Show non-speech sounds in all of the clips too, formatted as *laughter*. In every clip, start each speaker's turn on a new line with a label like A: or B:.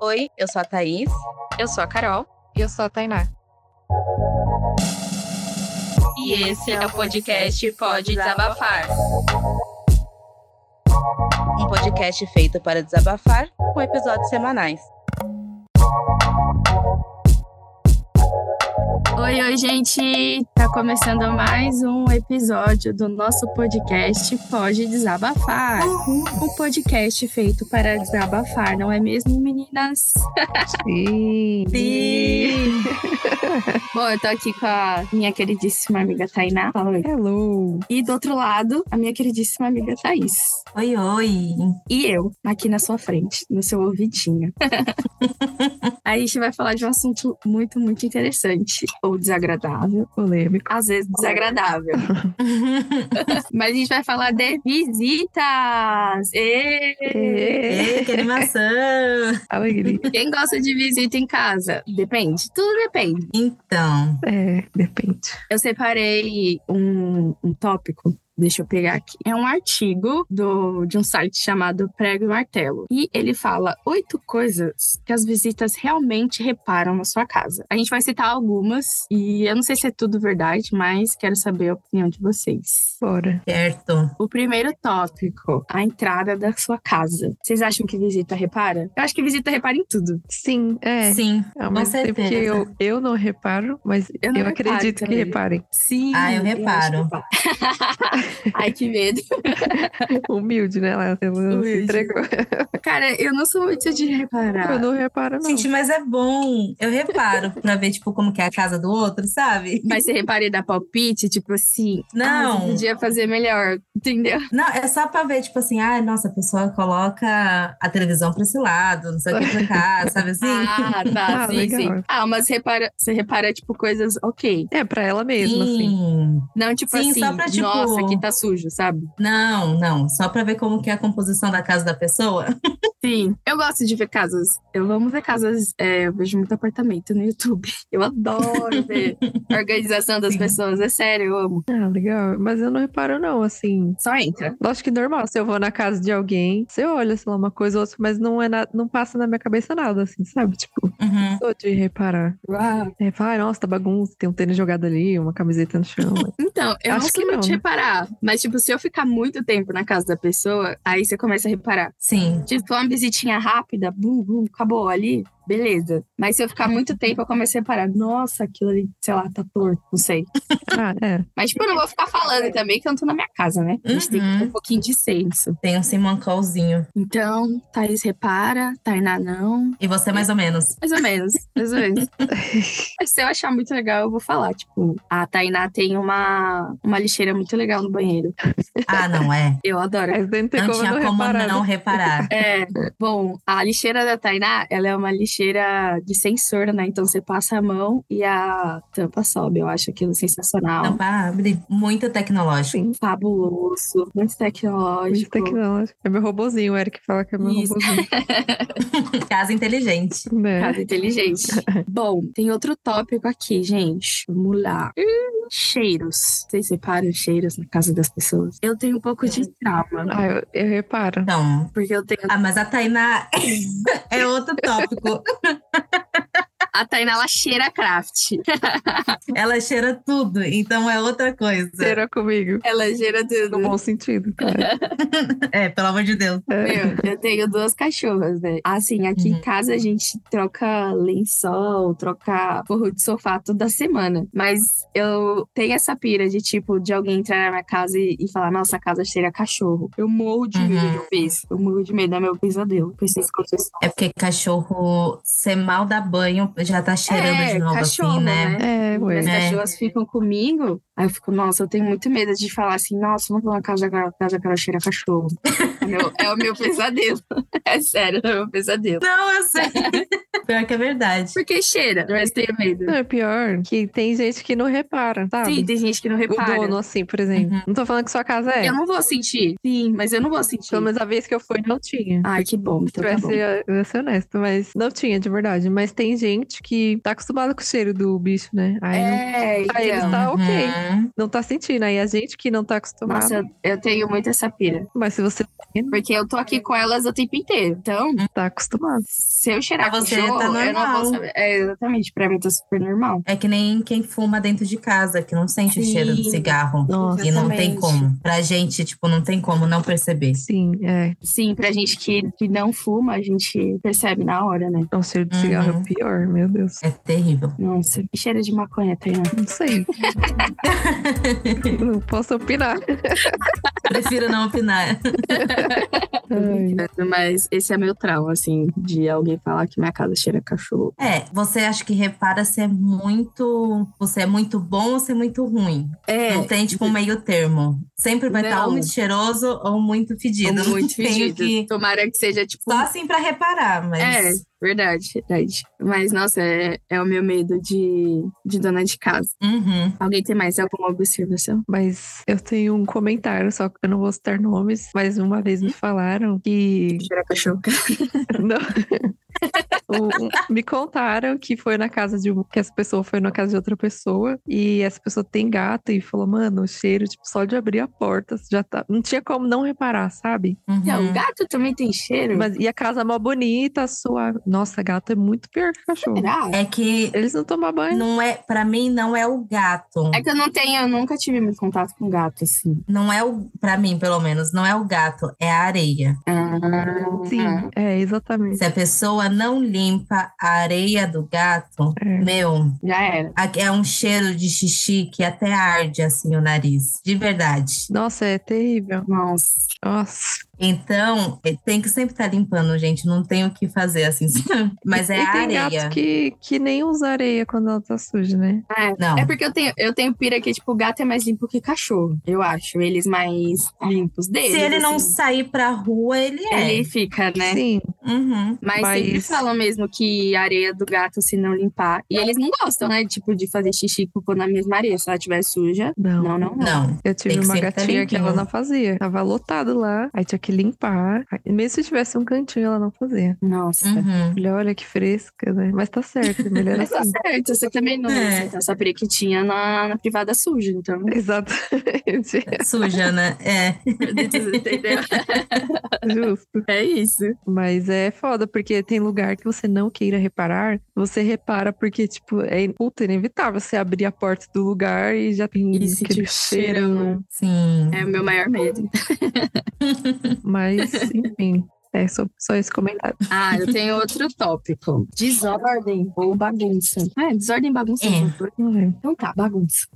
A: Oi, eu sou a Thaís.
B: Eu sou a Carol.
C: E eu sou a Tainá.
A: E esse é o podcast Pode Desabafar. Um podcast feito para desabafar com episódios semanais.
B: Oi, oi, gente! Tá começando mais um episódio do nosso podcast Pode Desabafar. Um podcast feito para desabafar, não é mesmo, meninas?
C: Sim.
B: Sim! Bom, eu tô aqui com a minha queridíssima amiga Tainá. Fala oi.
C: Hello.
B: E do outro lado, a minha queridíssima amiga Thaís.
D: Oi, oi.
B: E eu, aqui na sua frente, no seu ouvidinho. a gente vai falar de um assunto muito, muito interessante. Ou desagradável,
C: Polêmico.
B: às vezes desagradável. Mas a gente vai falar de visitas. Ê!
D: Ei, que
C: *laughs*
D: animação!
C: É. Alegria.
B: Quem gosta de visita em casa? Depende, tudo depende.
D: Então,
C: É, depende.
B: Eu separei um, um tópico. Deixa eu pegar aqui. É um artigo do, de um site chamado Prego e Martelo. E ele fala oito coisas que as visitas realmente reparam na sua casa. A gente vai citar algumas, e eu não sei se é tudo verdade, mas quero saber a opinião de vocês.
C: Bora.
D: certo.
B: O primeiro tópico, a entrada da sua casa. Vocês acham que visita repara? Eu acho que visita repara em tudo.
C: Sim, é.
D: Sim.
C: Ao mesmo
D: com
C: tempo que
D: certeza.
C: eu, eu não reparo, mas
B: Eu
C: eu,
B: não reparo
C: acredito que
B: também.
C: reparem.
B: Sim.
D: Ah, eu reparo.
B: acho que repara. *laughs* Ai, que medo.
C: Humilde, né? Ela, ela
B: Humilde.
C: se entregou.
B: Cara, eu não sou muito de reparar.
D: tá.
C: Eu não reparo, não.
D: Gente, mas é bom. Eu reparo pra ver, tipo, como que é a casa do outro, sabe?
B: Mas você repara e dá palpite, tipo assim.
D: Não.
B: Ah, você podia fazer melhor, entendeu?
D: Não, é só pra ver, tipo assim, ah, nossa, a pessoa coloca a televisão pra esse lado, não sei o que pra
C: *laughs*
D: cá, sabe assim?
B: *laughs* Ah, tá,
C: Ah,
B: sim,
C: legal.
B: sim. Ah, mas repara, você repara, tipo, coisas ok.
C: É, pra ela mesma, assim.
D: Sim.
B: Não, tipo
D: Sim,
B: assim,
D: só pra, tipo-
B: nossa, aqui tá sujo, sabe?
D: Não, não. Só pra ver como que é a composição da casa da pessoa.
B: Sim. Eu gosto de ver casas. Eu amo ver casas. é, eu vejo muito apartamento no YouTube. *laughs* Eu adoro ver a organização das
D: Sim.
B: pessoas. É sério, eu amo.
C: Ah, legal. Mas eu não reparo, não, assim.
B: Só entra.
C: Lógico que normal, se eu vou na casa de alguém, você olha, sei lá, uma coisa ou outra, mas não é na- não passa na minha cabeça nada, assim, sabe? Tipo,
D: Uhum.
C: sou de reparar.
B: Uau.
C: É, fala, "Ai, nossa, tá bagunça, tem um tênis jogado ali, uma camiseta
D: *laughs*
C: no chão.
B: Então, eu não
C: Acho
B: sei
C: que
B: muito
C: não.
B: reparar. Mas, tipo, se eu ficar muito tempo na casa da pessoa, aí você começa a reparar.
D: Sim.
B: Tipo, uma visitinha rápida, bum, bum, acabou ali, beleza. Mas se eu ficar muito tempo, eu comecei a parar. Nossa, aquilo ali, sei lá, tá torto, não sei.
C: ah, é.
B: Mas, tipo, eu não vou ficar falando também que eu não tô na minha casa, né? A gente tem que ter um
D: Uhum.
B: pouquinho de senso.
D: Tem um Simon Callzinho.
B: Então, Thaís repara, Tainá não.
D: E você, mais ou menos.
B: Mais ou menos, mais ou menos. Mas se eu achar muito legal, eu vou falar. Tipo, a Tainá tem uma, uma lixeira muito legal no banheiro.
D: Ah, não
B: *laughs*
D: é.
B: Eu adoro.
C: Mas não tem
D: Não
C: como
D: tinha
C: não
D: como
C: reparar.
D: não
C: né?
D: reparar.
B: É, bom, a lixeira da Tainá, ela é uma lixeira de sensor, né? Então você passa a mão e a tampa sobe. Eu acho aquilo sensacional.
D: Tampa abre. Então, Muito tecnológico.
C: Sim.
B: Fabuloso, muito
C: Isso
B: tecnológico.
C: aqui não, é meu robozinho, o Eric fala que é meu
B: tipo, Isso.
C: robozinho.
D: Casa inteligente.
B: *laughs*
C: Né?
B: Casa inteligente. Bom, tem outro tópico aqui, gente. Vamos lá. Hum, Cheiros. Vocês separam cheiros na casa das pessoas? Eu tenho um pouco de trauma,
C: Ah, eu, eu reparo.
D: Então,
B: porque eu tenho.
D: ah, mas a Tainá *laughs* é outro tópico.
B: A Tainá, ela cheira craft.
D: Ela cheira tudo, então é outra coisa.
C: Será comigo?
B: Ela cheira tudo.
C: No bom sentido,
B: *laughs*
C: claro.
D: É, pelo amor de Deus.
C: É.
B: Meu, eu tenho duas cachorras, né? Assim, aqui
D: Uhum.
B: em casa a gente troca lençol, troca forro de sofá toda semana. Mas eu tenho essa pira de, tipo, de alguém entrar na minha casa e, e falar, nossa, a casa cheira a cachorro. Eu morro de
D: Uhum.
B: medo disso. Eu morro de medo, é meu pesadelo. Preciso confessar.
D: É porque cachorro, você mal dá banho, já tá cheirando
B: É,
D: de novo, assim, né?
C: É, ué.
B: As
D: É.
B: cachorras ficam comigo, aí eu fico, nossa, eu tenho muito medo de falar assim, nossa, não vou na casa da casa daquela cheira a cachorro. *laughs* é, meu- é o meu pesadelo. É sério, é o meu pesadelo.
D: Não, eu sei. Pior que é verdade.
B: Porque cheira, mas tenho medo.
C: Não, é pior que tem gente que não repara, sabe?
B: Sim, tem gente que não repara.
C: Ah,
B: Uhum.
C: O dono, assim, por exemplo. Não tô falando que sua casa é.
B: Eu não vou sentir. Sim, mas eu não vou sentir.
C: Pelo menos a vez que eu fui, não tinha.
B: Ai, que bom. Então tá
C: Tivesse,
B: bom.
C: eu ia assim? ser honesto, mas não tinha, de verdade. Mas tem gente que tá acostumada com o cheiro do bicho, né? Aí, não,
B: É,
C: aí eles
B: então.
C: tá ok.
D: Uhum.
C: Não tá sentindo. Aí a gente que não tá acostumada.
B: Nossa, eu- eu tenho muito essa pira.
C: Mas se você
B: Porque eu tô aqui com elas o tempo inteiro. Então,
C: tá acostumado.
B: se eu cheirar
D: Pra você,
B: cachorro,
D: tá
B: eu não
D: normal.
B: vou saber. É, exatamente. Pra mim, tá super normal.
D: É que nem quem fuma dentro de casa, que não sente o
B: Sim.
D: cheiro do cigarro.
C: Nossa.
D: E não tem
B: Exatamente.
D: como. Pra gente, tipo, não tem como não perceber.
C: Sim, é.
B: Sim, pra gente que, que não fuma, a gente percebe na hora, né?
C: É um cheiro de cigarro
D: Uhum.
C: é pior, meu Deus.
D: É
B: *laughs*
D: terrível.
B: Nossa, que cheiro de maconha, né? Tainá.
C: Não sei. não posso opinar.
D: Prefiro não opinar.
B: Mas esse é meu trauma, assim, de alguém falar que minha casa cheira a cachorro.
D: É, você acha que repara se é muito. Você é muito bom ou se é muito ruim.
B: É,
D: não tem, tipo, um meio termo. Sempre vai estar ou
B: Não.
D: muito cheiroso ou muito
B: tô
D: fedido. *laughs*
B: muito
D: Não tem o
B: fedido.
D: que-
B: Tomara que seja, tipo,
D: Só assim pra reparar,
B: É,
D: mas.
B: verdade, verdade. Mas, nossa, é, é o meu medo de, de dona de casa.
D: Uhum.
B: Alguém tem mais alguma observação?
C: Mas eu tenho um comentário, só que eu não vou citar nomes, mas uma vez me falaram
B: *laughs*
C: que.
B: Cheirar cachorro.
C: Não. O- um, me contaram que foi na casa de um, que essa pessoa foi na casa de outra pessoa e essa pessoa tem gato e falou, mano, o cheiro, tipo, só de abrir a porta, você já tá. Não tinha como não reparar, sabe?
D: uhum.
B: Não, É gato também tem cheiro?
C: Mas, e a casa é mó bonita, suave. Nossa, gato é muito pior que cachorro.
B: Será?
D: É que
C: Eles não tomam banho.
D: não é. Pra mim, não é o gato.
B: É que eu não tenho, eu nunca tive muito contato com gato, assim.
D: Não é o. Pra mim, pelo menos, não é o gato, é a areia.
B: Ah,
C: Sim,
D: Uhum.
C: é, exatamente.
D: Se a pessoa não limpa a areia do gato,
C: É.
D: meu,
B: Já era.
D: a- é um cheiro de xixi que até arde assim o nariz. De verdade.
C: Nossa, é terrível.
B: Nossa.
C: Nossa.
D: Então, é, tem que sempre estar limpando, gente. Não tem o que fazer assim. *laughs* sabe? Mas é
C: e
D: a
C: tem
D: areia.
C: gatos que, que nem usa areia quando ela tá suja, né?
B: É.
D: Não.
B: É porque eu tenho, eu tenho pira que, tipo, gato é mais limpo que cachorro. Eu acho eles mais limpos deles.
D: Se ele não
B: assim.
D: sair pra rua, ele é.
B: Ele fica, né?
C: Sim,
D: Uhum.
B: Mas,
C: Mas-
B: sempre falam mesmo que a areia do gato, se não limpar. E eles não gostam, né? Tipo, de fazer xixi e cocô na mesma areia. Se ela estiver suja.
C: não.
B: Não, não, não.
D: Não.
C: Eu tive
D: Tem que
C: uma
D: sempre tá
C: gatinha que ela
D: limpinho.
C: não fazia. Tava lotado lá, aí tinha que limpar. Aí, mesmo se tivesse um cantinho, ela não fazia.
B: Nossa.
D: Uhum.
C: Falei, olha que fresca, né? Mas tá certo, melhor
B: Mas
D: *laughs*
B: tá
C: assim.
B: certo, você também não
D: É.
B: usa. Então, essa periquitinha na, na privada suja, então.
C: Exatamente.
D: Suja, né? É.
B: *laughs* Entendeu?
C: Justo.
B: É isso.
C: Mas é foda, porque tem lugar que você não queira reparar. Você repara porque, tipo, é puta, inevitável você abrir a porta do lugar e já tem
B: Isso, tipo,
C: aquele
D: né?
B: cheirão.
D: Sim.
B: É o meu maior medo. *laughs*
C: Mas, enfim. É só, só esse comentário.
B: Ah, eu tenho outro tópico. Desordem ou bagunça. É, desordem e bagunça.
D: É.
B: junto.
C: Ai,
B: Então tá, bagunça.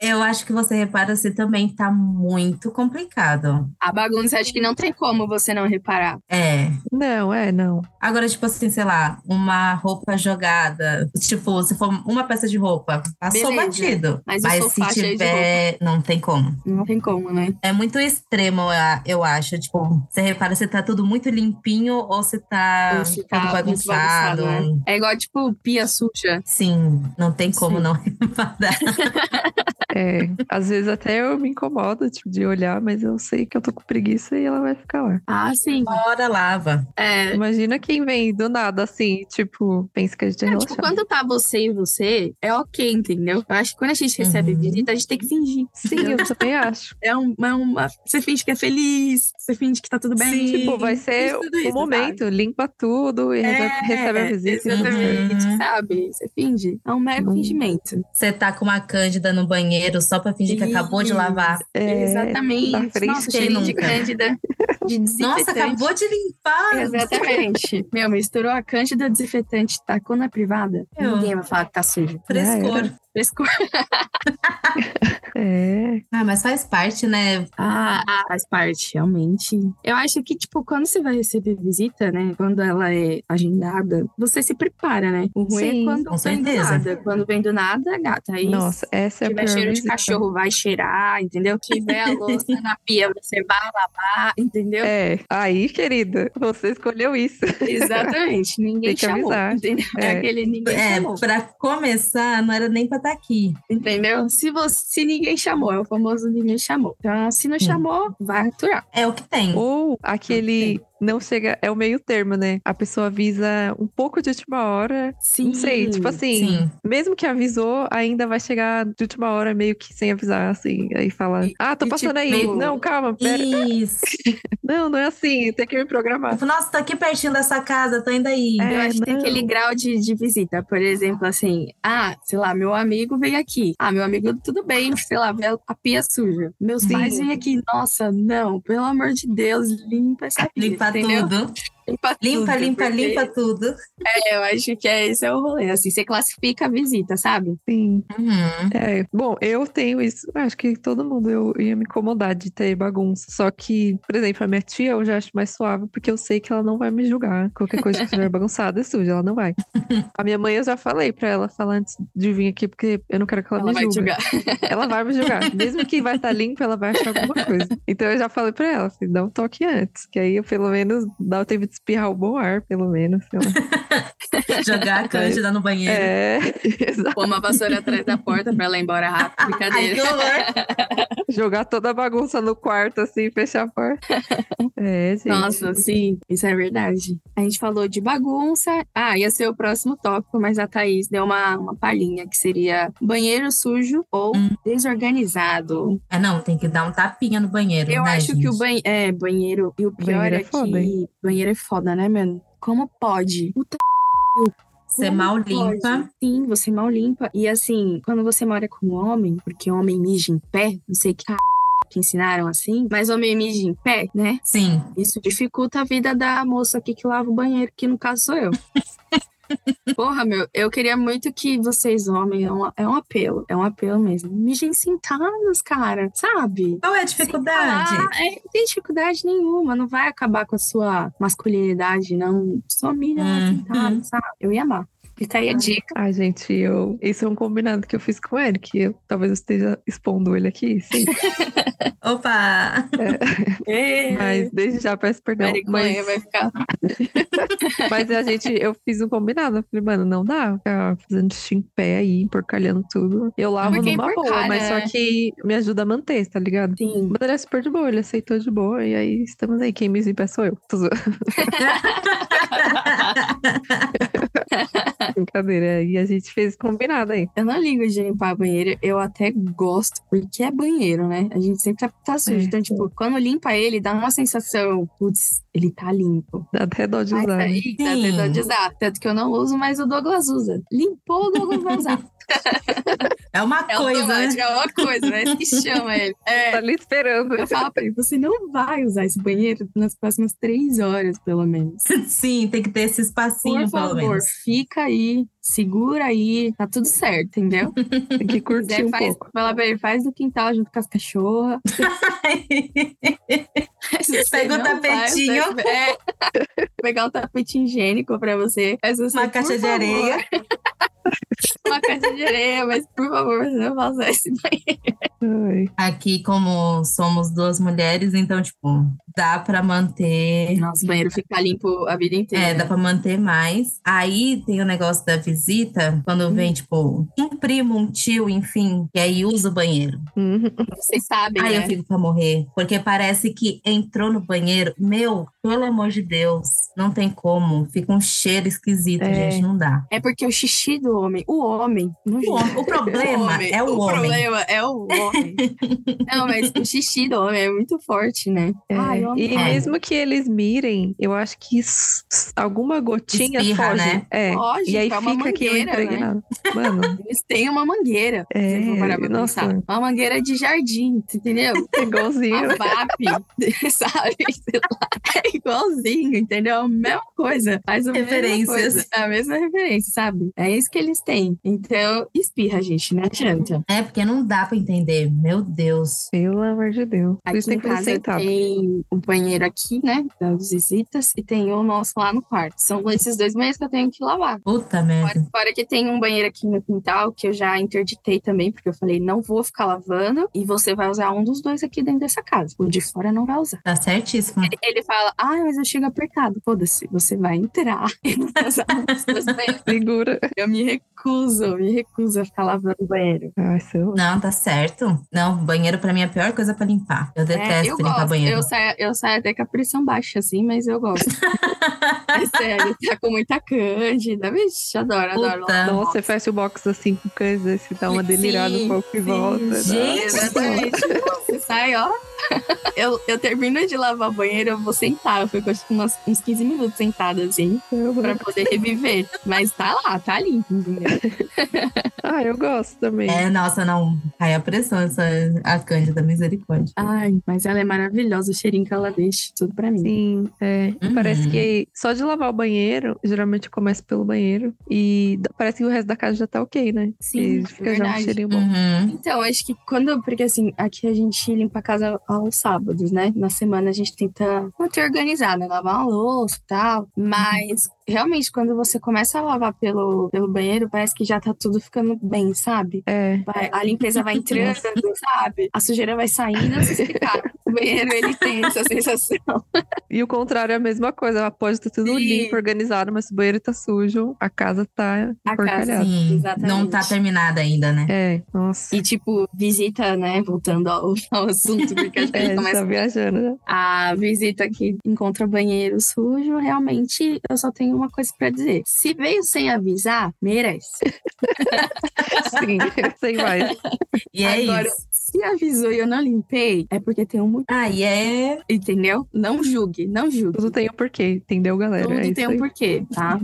C: É.
D: Eu acho que você repara se também tá muito complicado.
B: A bagunça acho que não tem como você não reparar.
D: É.
C: Não, é, não.
D: Agora, tipo assim, sei lá, uma roupa jogada. Tipo, se for uma peça de roupa, passou
B: Beleza.
D: batido.
B: Mas o
D: se
B: sofá é cheio de
D: tiver. Não tem como.
B: Não tem como, né?
D: É muito extremo, eu a- eu acho. Tipo, você repara se tá tudo muito limpinho ou se tá
B: Ou se
D: tudo
B: tá muito
D: bagunçado.
B: bagunçado, É igual, tipo, pia suja.
D: Sim, não tem como
C: Sim.
D: não *laughs* reparar.
C: É, às vezes até eu me incomodo, tipo, de olhar, mas eu sei que eu tô com preguiça e ela vai ficar lá.
B: Ah, sim.
D: Uma hora lava.
B: É.
C: Imagina quem vem do nada, assim, tipo, pensa que a gente é
B: é, tipo,
C: relaxado.
B: quando tá você e você, é ok, entendeu? Eu acho que quando a gente recebe
D: Uhum.
B: visita, a gente tem que fingir.
C: Sim, eu
B: *laughs*
C: também acho.
B: É um- é uma, Você finge que é feliz, você finge que tá tudo bem.
D: Sim.
C: Tipo, vai ser
B: Isso, tudo
C: o
B: isso,
C: momento, limpa tudo e
B: É,
C: recebe, recebe a visita.
B: Exatamente,
D: Uhum.
B: sabe? Você finge. É um mero
C: Hum.
B: fingimento.
D: Você tá com uma cândida no banheiro só pra fingir que acabou de lavar.
C: É,
B: Exatamente.
C: da frente
B: Nossa,
D: quem
B: cheirinho de
D: nunca?
B: cândida. De
D: Nossa,
B: desinfetante.
D: acabou de limpar!
B: É, Exatamente. Meu, misturou a cândida desinfetante, tacou na privada.
D: Meu.
B: Ninguém vai falar que tá sujo.
D: Frescor.
C: Já
B: Frescor.
C: É.
D: Ah, mas faz parte, né?
B: Ah, ah, faz parte, realmente. Eu acho que, tipo, quando você vai receber visita, né? Quando ela é agendada, você se prepara, né? O ruim
C: Sim,
B: é quando
D: com
B: vem do
D: certeza.
B: nada. Quando vem do nada, gata. Aí
C: Nossa, essa
B: se
C: é a
B: tiver
C: pior
B: cheiro de
C: visita.
B: cachorro, vai cheirar, entendeu? Se tiver a louça na pia, você vai lavar, entendeu?
C: É. Aí, querida, você escolheu isso.
B: Exatamente. Ninguém
C: Tem que
B: chamou,
C: avisar.
B: entendeu? É.
C: É.
B: aquele ninguém
D: É,
B: chamou,
D: pra começar, não era nem pra estar aqui.
B: entendeu? Se, você, se ninguém chamou, é o famoso ninguém chamou. Então, se
C: Hum.
B: não
D: Sim.
B: chamou, vai aturar.
D: É o que tem.
C: Ou aquele não chega, é o meio termo, né? A pessoa avisa um pouco de última hora.
B: Sim.
C: Não sei, tipo assim,
D: Sim.
C: mesmo que avisou, ainda vai chegar de última hora meio que sem avisar, assim. Aí fala, ah, tô
B: e
C: passando aí.
B: tipo-
C: Não, calma, pera.
D: Isso.
C: Não, não é assim, tem que me programar.
D: Tipo, nossa, tô aqui pertinho dessa casa, tô indo aí.
C: É.
B: Então, Eu acho que tem
C: não.
B: aquele grau de, de visita, por exemplo, assim, ah, sei lá, meu amigo veio aqui. Ah, meu amigo, tudo bem, sei lá, vê a pia suja. Meus
C: Sim.
B: pais vêm aqui, nossa, não, pelo amor de Deus, limpa essa pia.
D: Limpa
B: entendeu?
D: tudo.
B: Limpa,
D: Limpa,
B: tudo,
D: limpa,
B: porque
D: limpa tudo.
B: Eu acho que é, esse é o rolê, assim, você classifica a visita, sabe?
C: Sim.
D: Uhum.
B: *laughs*
C: É, bom, eu tenho isso. eu Acho que todo mundo eu ia me incomodar de ter bagunça. Só que, por exemplo, a minha tia eu já acho mais suave, porque eu sei que ela não vai me julgar. Qualquer coisa que
B: *laughs*
C: estiver bagunçada é suja, ela não vai. A minha mãe eu já falei pra ela falar antes de vir aqui, porque eu não quero que ela,
B: Ela
C: me
B: vai
C: julgue.
B: julgar.
C: Ela vai me julgar. Mesmo que vai estar limpo, ela vai achar alguma coisa. Então eu já falei pra ela, assim, dá um toque antes. Que aí eu, pelo menos, dá o tempo de espirrar o bom ar, pelo menos. sei lá.
D: Jogar a cândida no banheiro.
C: É, *laughs* exato.
B: Pôr uma vassoura atrás da porta pra ela ir embora *laughs* rápido,
D: Ai, que
B: brincadeira. *laughs*
D: horror.
C: Jogar toda a bagunça no quarto, assim, fechar
B: *laughs*
C: a porta. É, gente.
B: Nossa, sim, isso é verdade. A gente falou de bagunça. Ah, ia ser o próximo tópico, mas a Thaís deu uma, uma palhinha que seria banheiro sujo ou
D: Hum.
B: desorganizado.
D: Ah, não, tem que dar um tapinha no banheiro.
B: Eu
D: né,
B: acho que o
D: gente?
B: banheiro. É, banheiro. E o pior
C: Banheiro
B: é,
C: é foda,
B: que. Banheiro é foda, né, mano? Como pode? Puta
D: Você
B: Como
D: mal
B: pode?
D: limpa.
B: Sim, você mal limpa. E assim, quando você mora com um homem, porque homem mija em pé, não sei que c... que ensinaram assim, mas homem mija em pé, né?
D: Sim.
B: Isso dificulta a vida da moça aqui que lava o banheiro, que no caso sou eu. Porra, meu, eu queria muito que vocês, homens, é um, é um apelo, é um apelo mesmo. Mijem sentados, cara, sabe?
D: Qual é a dificuldade?
B: Ah, é, não tem dificuldade nenhuma, não vai acabar com a sua masculinidade, não. Só mira lá
D: Hum,
B: sentada, sabe? Eu ia amar. Fica aí a dica.
C: Ai, gente, eu. Esse é um combinado que eu fiz com ele, que eu talvez eu esteja expondo ele aqui,
B: *laughs*
C: sim.
D: Opa!
C: Mas desde já peço perdão.
B: Mariconha
C: Mas,
B: vai ficar.
C: mas a gente, eu fiz um combinado. Eu falei, mano, não dá ficar fazendo xixi em pé aí, emporcalhando tudo. Eu lavo
B: Porque
C: numa boa,
B: emporcalha,
C: mas só
B: né?
C: que me ajuda a manter, tá ligado?
B: Sim.
C: Mas ele é super de boa, ele aceitou de boa, e aí estamos aí. Quem me zimpa sou eu. *laughs* Tô zoando. Brincadeira. E a gente fez combinado aí.
B: Eu não ligo de limpar banheiro, eu até gosto, porque é banheiro, né? A gente sempre tá, tá sujo.
C: É.
B: Então, tipo, quando limpa ele, dá uma sensação, putz, ele tá limpo.
C: Dá até dó de
B: Mas
C: usar. né?
B: aí, tá dá
D: Sim.
B: vontade de usar. ah, Tanto que eu não uso, mas o Douglas usa. Limpou, o Douglas vai
D: *laughs*
B: usar.
D: É uma
B: É
D: coisa,
B: automático,
D: né?
B: é uma coisa, né? Isso que
D: *laughs*
B: chama ele. É.
C: Tá ali esperando.
B: Eu falo pra ele, você não vai usar esse banheiro nas próximas três horas, pelo menos.
D: Sim, tem que ter esse espacinho,
B: Por
D: pelo
B: favor,
D: menos.
B: fica aí, segura aí, tá tudo certo,
D: *laughs*
B: entendeu?
C: Tem *laughs* que curtir
B: Quiser,
C: um
B: faz,
C: pouco.
B: fala pra ele, faz do quintal junto com as cachorras. Se você
D: Pega o
B: não vai,
D: tapetinho.
B: você- é, pegar um tapete higiênico pra você. Mas você
D: Uma
B: por
D: caixa de
B: favor,
D: areia.
B: *laughs* Uma caixa de areia, mas por favor, você não faça esse banheiro.
C: Ai.
D: Aqui, como somos duas mulheres, então, tipo, dá pra manter.
B: Nossa, o banheiro fica limpo a vida inteira.
D: É, dá pra manter mais. Aí tem o negócio da visita, quando vem, tipo, um primo, um tio, enfim, e aí usa o banheiro.
C: Uhum.
B: Vocês sabem,
D: Aí eu
B: né?
D: fico pra morrer. Porque parece que entrou no banheiro. Meu, pelo amor de Deus, não tem como. Fica um cheiro esquisito,
C: É.
D: gente. Não *laughs* dá.
B: É porque o xixi do homem, o homem, não
D: O, hom- o problema é o, homem.
B: problema é o homem. Não, mas o xixi do homem é muito forte, né?
C: É.
B: Ai, não
C: E
D: É.
C: mesmo que eles mirem, eu acho que s- s- alguma gotinha
D: Espirra,
C: foge.
D: né?
C: É.
B: Foge,
C: e aí
B: dá uma
C: fica aquele
B: mangueira, né?
C: impregnado.
B: *laughs*
C: Mano,
B: Eles têm uma mangueira.
C: é.
B: se eu for parar pra
C: Nossa,
B: pensar. Uma mangueira de jardim, tu entendeu?
C: é igualzinho.
B: A VAP, *laughs* sabe? Sei lá. É igualzinho, entendeu? A mesma coisa. Faz a mesma
D: Referências.
B: coisa. É a mesma referência, sabe? É isso que eles têm. Então, espirra, gente, não adianta.
D: É, porque não dá pra entender. Meu Deus.
C: Pelo amor de Deus. Por
B: Aqui
C: isso tem
B: em
C: que fazer
B: casa
C: sentado.
B: tem o banheiro aqui, né? Das visitas, e tem o nosso lá no quarto. São esses dois banheiros que eu tenho que lavar.
D: Puta
B: Fora,
C: Uhum.
D: merda.
B: fora que tem um banheiro aqui no quintal que eu já interditei também, porque eu falei, não vou ficar lavando, e você vai usar um dos dois aqui dentro dessa casa. O de fora não vai usar.
D: Tá certíssimo.
B: Ele fala, ah, mas eu chego apertado. Foda-se, você vai entrar. *laughs* e vai usar um dos dois banheiros.
C: Segura.
B: eu me recuso, eu me recuso a ficar lavando o banheiro.
C: Ai, seu.
D: Não, tá certo. Não, banheiro pra mim é a pior coisa pra limpar. Eu
B: É,
D: detesto
B: eu
D: limpar
B: gosto,
D: banheiro.
B: Eu saio, eu saio até com a pressão baixa, assim, mas
D: *laughs*
B: eu gosto. É sério, tá com muita cândida. Vixe, adoro, adoro.
D: Puta.
C: Nossa, você fecha o box assim com cães, aí você dá uma delirada um
D: Sim,
C: pouco e
D: sim.
C: volta. Nossa.
D: Gente, assim,
B: Exatamente.
D: *laughs*
B: Você sai, ó. Eu, eu termino de lavar o banheiro, eu vou sentar. Eu fico acho que umas- uns 15 minutos sentada, assim,
D: Uhum.
B: pra poder reviver. Mas tá lá, tá limpo, entendeu?
C: Ah, eu gosto também.
D: É, nossa, não. Cai a pressão, essa, a Cândida Misericórdia.
B: Ai, mas ela é maravilhosa, o cheirinho que ela deixa, tudo pra mim.
C: Sim, é.
D: Uhum.
C: Parece que só de lavar o banheiro, geralmente eu começo pelo banheiro. E d- parece que o resto da casa já tá ok, né?
B: Sim, é
C: E fica já um
B: verdade.
C: cheirinho bom.
D: Uhum.
B: Então, acho que quando. Porque assim, aqui a gente limpa a casa aos sábados, né? Na semana a gente tenta manter organizado, né? Lavar uma louça e tal. Mas realmente, quando você começa a lavar pelo, pelo banheiro, parece que já tá tudo ficando bem, sabe?
C: É.
B: Vai- a limpeza vai entrando, sabe? A sujeira vai saindo, vocês *laughs* ficaram. O banheiro, ele tem essa sensação.
C: E o contrário é a mesma coisa. Ela pode estar tudo
B: Sim.
C: limpo, organizado, mas se o banheiro tá sujo, a casa tá
B: A casa,
C: porcalhada.
D: Sim,
B: É, Exatamente.
D: não tá terminada ainda, né?
C: É, nossa.
B: E, tipo, visita, né? Voltando ao, ao assunto, porque a gente
C: É,
B: começa
C: tá
B: *laughs*
C: viajando, né?
B: a visita que encontra banheiro sujo, realmente eu só tenho uma coisa pra dizer. Se veio sem avisar, merece.
C: Sim, *laughs* sem mais.
D: E é
B: Agora-
D: isso.
B: Se avisou e eu não limpei, é porque tem um motivo,
D: Aí é.
B: entendeu? Não julgue, não julgue.
C: Tudo tem o porquê, entendeu, galera?
B: Tudo
C: é isso
B: tem um
C: aí.
B: porquê, tá?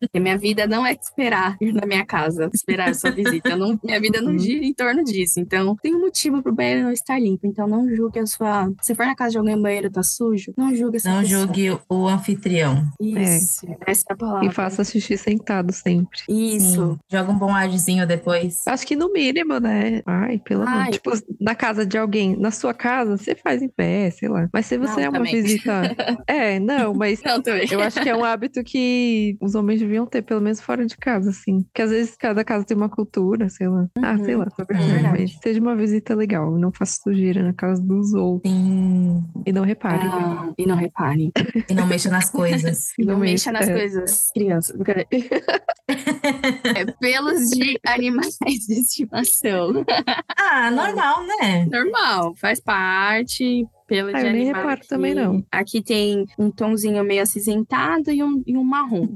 B: Porque minha vida não é de esperar ir na minha casa, esperar a sua visita. Eu não- minha vida não
C: Uhum.
B: gira em torno disso. Então, tem um motivo pro banheiro não estar limpo. Então, não julgue a sua. Se for na casa de alguém e o banheiro tá sujo, não julgue essa
D: Não
B: pessoa.
D: julgue o anfitrião.
B: Isso. Essa é a palavra.
C: E faça xixi sentado sempre.
B: Isso. Ah.
D: Sim. Joga um bom arzinho depois.
C: Acho que no mínimo, né? Ai, pelo amor.
B: Ai.
C: Tipo, na casa de alguém, na sua casa, você faz em pé, sei lá. Mas se você
B: Não,
C: é uma
B: também. *laughs*
C: visita. É, não, mas.
B: Não, também.
C: Eu acho que é um hábito que os homens deviam ter, pelo menos fora de casa, assim. Porque às vezes cada casa tem uma cultura, sei lá. Ah,
B: Uhum.
C: sei lá.
B: É
D: verdade.
C: Mas seja uma visita legal. Não faça sujeira na casa dos outros.
D: Sim.
C: E não repare.
B: Ah, e não reparem.
D: E não mexa nas
B: *laughs*
D: coisas.
B: E não
C: Não
B: mexa
C: mexa,
B: nas
C: é.
B: coisas, crianças. brincadeira. *laughs* é pelos de animais de estimação.
D: Ah, normal, né?
B: Normal, faz parte. Pelo
C: Ah,
B: de
C: eu nem
B: animal
C: reparo
B: aqui.
C: também, não.
B: Aqui tem um tonzinho meio acinzentado e um, e um marrom.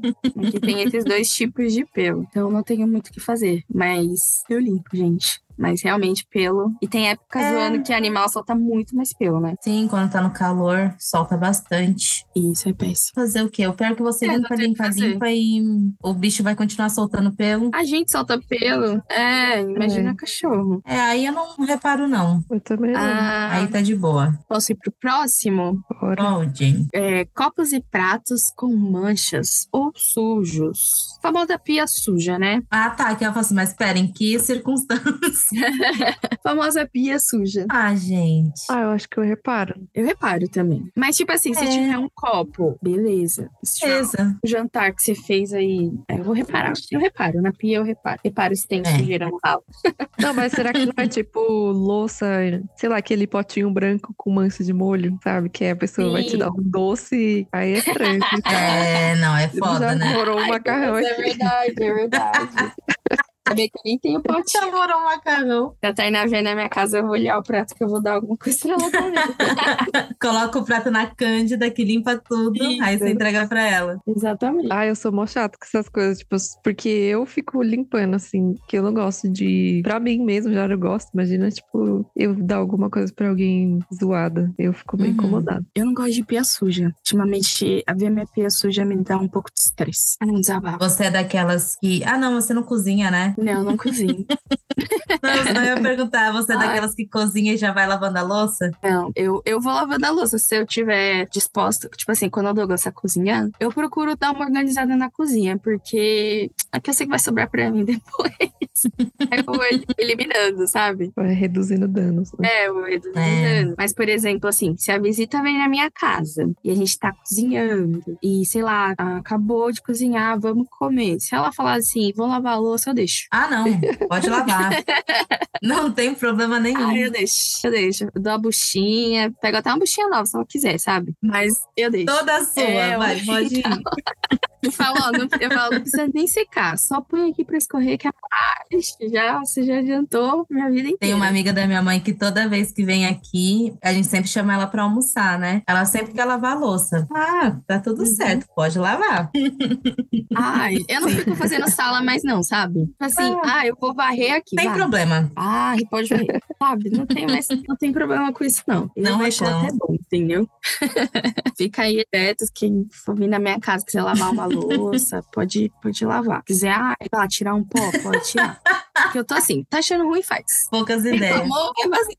B: Aqui tem esses dois tipos de pelo. Então não tenho muito o que fazer. Mas eu limpo, gente. Mas realmente pelo. E tem épocas do
D: É.
B: ano que animal solta muito mais pelo, né?
D: Sim, quando tá no calor, solta bastante.
B: E isso é péssimo.
D: Fazer o quê? O pior é que você
B: É, não
D: limpa,
B: tem o que
D: limpa,
B: fazer.
D: limpa e o bicho vai continuar soltando pelo.
B: A gente solta pelo. É, imagina
C: É.
B: cachorro.
D: É, aí eu não reparo, não.
C: Eu também não.
B: Ah,
D: Aí tá de boa.
B: posso ir pro próximo?
C: Ora.
D: Pode.
B: É, copos e pratos com manchas ou sujos. Famosa pia suja, né? *laughs*
D: Ah, tá. Que eu falo assim, mas pera, em que circunstância? *laughs*
B: Famosa pia suja.
D: ah, gente.
C: Ah, eu acho que eu reparo.
B: Eu reparo também. Mas, tipo assim, se
D: É.
B: tiver um copo, beleza. Se tiver
D: Beleza.
B: um jantar que você fez aí, é, eu vou reparar. Eu reparo, na pia eu reparo. Reparo se tem
D: É.
B: sujeira no ralo.
C: Não, mas será que não é tipo louça, sei lá, aquele potinho branco com mancha de molho, sabe? Que a pessoa vai te
B: Sim.
C: dar um doce, aí é estranho. porque
D: É, não, é
C: já
D: foda, né?
C: morou o macarrão
B: Mas
D: *laughs*
C: aqui.
B: É verdade, é verdade. saber que eu nem tenho potinho.
D: Saborou macarrão.
B: Se a Tainá vier na minha casa, eu vou olhar o prato que eu vou dar alguma coisa pra
D: *laughs*
B: ela também.
D: Coloca o prato na cândida que limpa tudo, aí você
B: Isso.
D: entrega pra ela.
B: Exatamente.
C: Ah, eu sou mó chato com essas coisas, tipo, porque eu fico limpando, assim, que eu não gosto de. Pra mim mesmo, já não gosto. Imagina, tipo, eu dar alguma coisa pra alguém zoada. Eu fico meio
D: Uhum.
C: incomodada.
B: Eu não gosto de pia suja. Ultimamente, a ver minha pia suja me dá um pouco de estresse. Ah, não desabafo.
D: Você é daquelas que. Ah, não, você não cozinha, né? *laughs*
B: Não, eu não *laughs* cozinho.
D: Não, senão eu ia perguntar, você é
B: Ai.
D: daquelas que cozinha e já vai lavando a louça?
B: Não, eu, eu vou lavando a louça se eu tiver disposta. Tipo assim, quando o Douglas tá cozinhando, eu procuro dar uma organizada na cozinha, porque aqui eu sei que vai sobrar pra mim *laughs* depois. Aí eu vou el- eliminando, sabe?
C: Vai tipo, é reduzindo danos. né?
B: É, eu vou eliminando. Mas, por exemplo, assim, se a visita vem na minha casa e a gente tá cozinhando e, sei lá, acabou de cozinhar, vamos comer. Se ela falar assim, vamos lavar a louça, eu deixo.
D: Ah, não, pode
B: *laughs*
D: lavar. não tem problema nenhum.
B: Ah, eu deixo. Eu deixo. Eu dou a buchinha, pego até uma buchinha nova se ela quiser, sabe? Mas eu deixo.
D: Toda sua,
B: É,
D: vai,
B: eu-
D: pode ir.
B: Eu falo, ó, não, eu falo, não precisa nem secar, só põe aqui pra escorrer que a parte já, você já adiantou minha vida inteira.
D: Tem uma amiga da minha mãe que toda vez que vem aqui, a gente sempre chama ela pra almoçar, né? Ela sempre quer lavar a louça. Ah, tá tudo
B: Uhum.
D: certo, pode lavar.
B: Ai, eu não fico fazendo sala mais não, sabe? Tipo Assim, ah, eu vou varrer aqui,
D: Sem
B: vai.
D: problema.
B: Ah, pode
C: *laughs*
B: varrer, sabe? Não tem mais, não tem problema com isso não. Eu
D: Não é
B: acho
D: não.
B: até bom, entendeu?
C: *laughs*
B: Fica aí direto, quem for vir na minha casa, quiser lavar uma louça, pode, pode lavar. Quiser, ah, sei lá, tirar um pó, pode tirar. Porque eu tô assim, tá achando ruim, faz.
D: Poucas ideias.
B: Amor, vai fazer.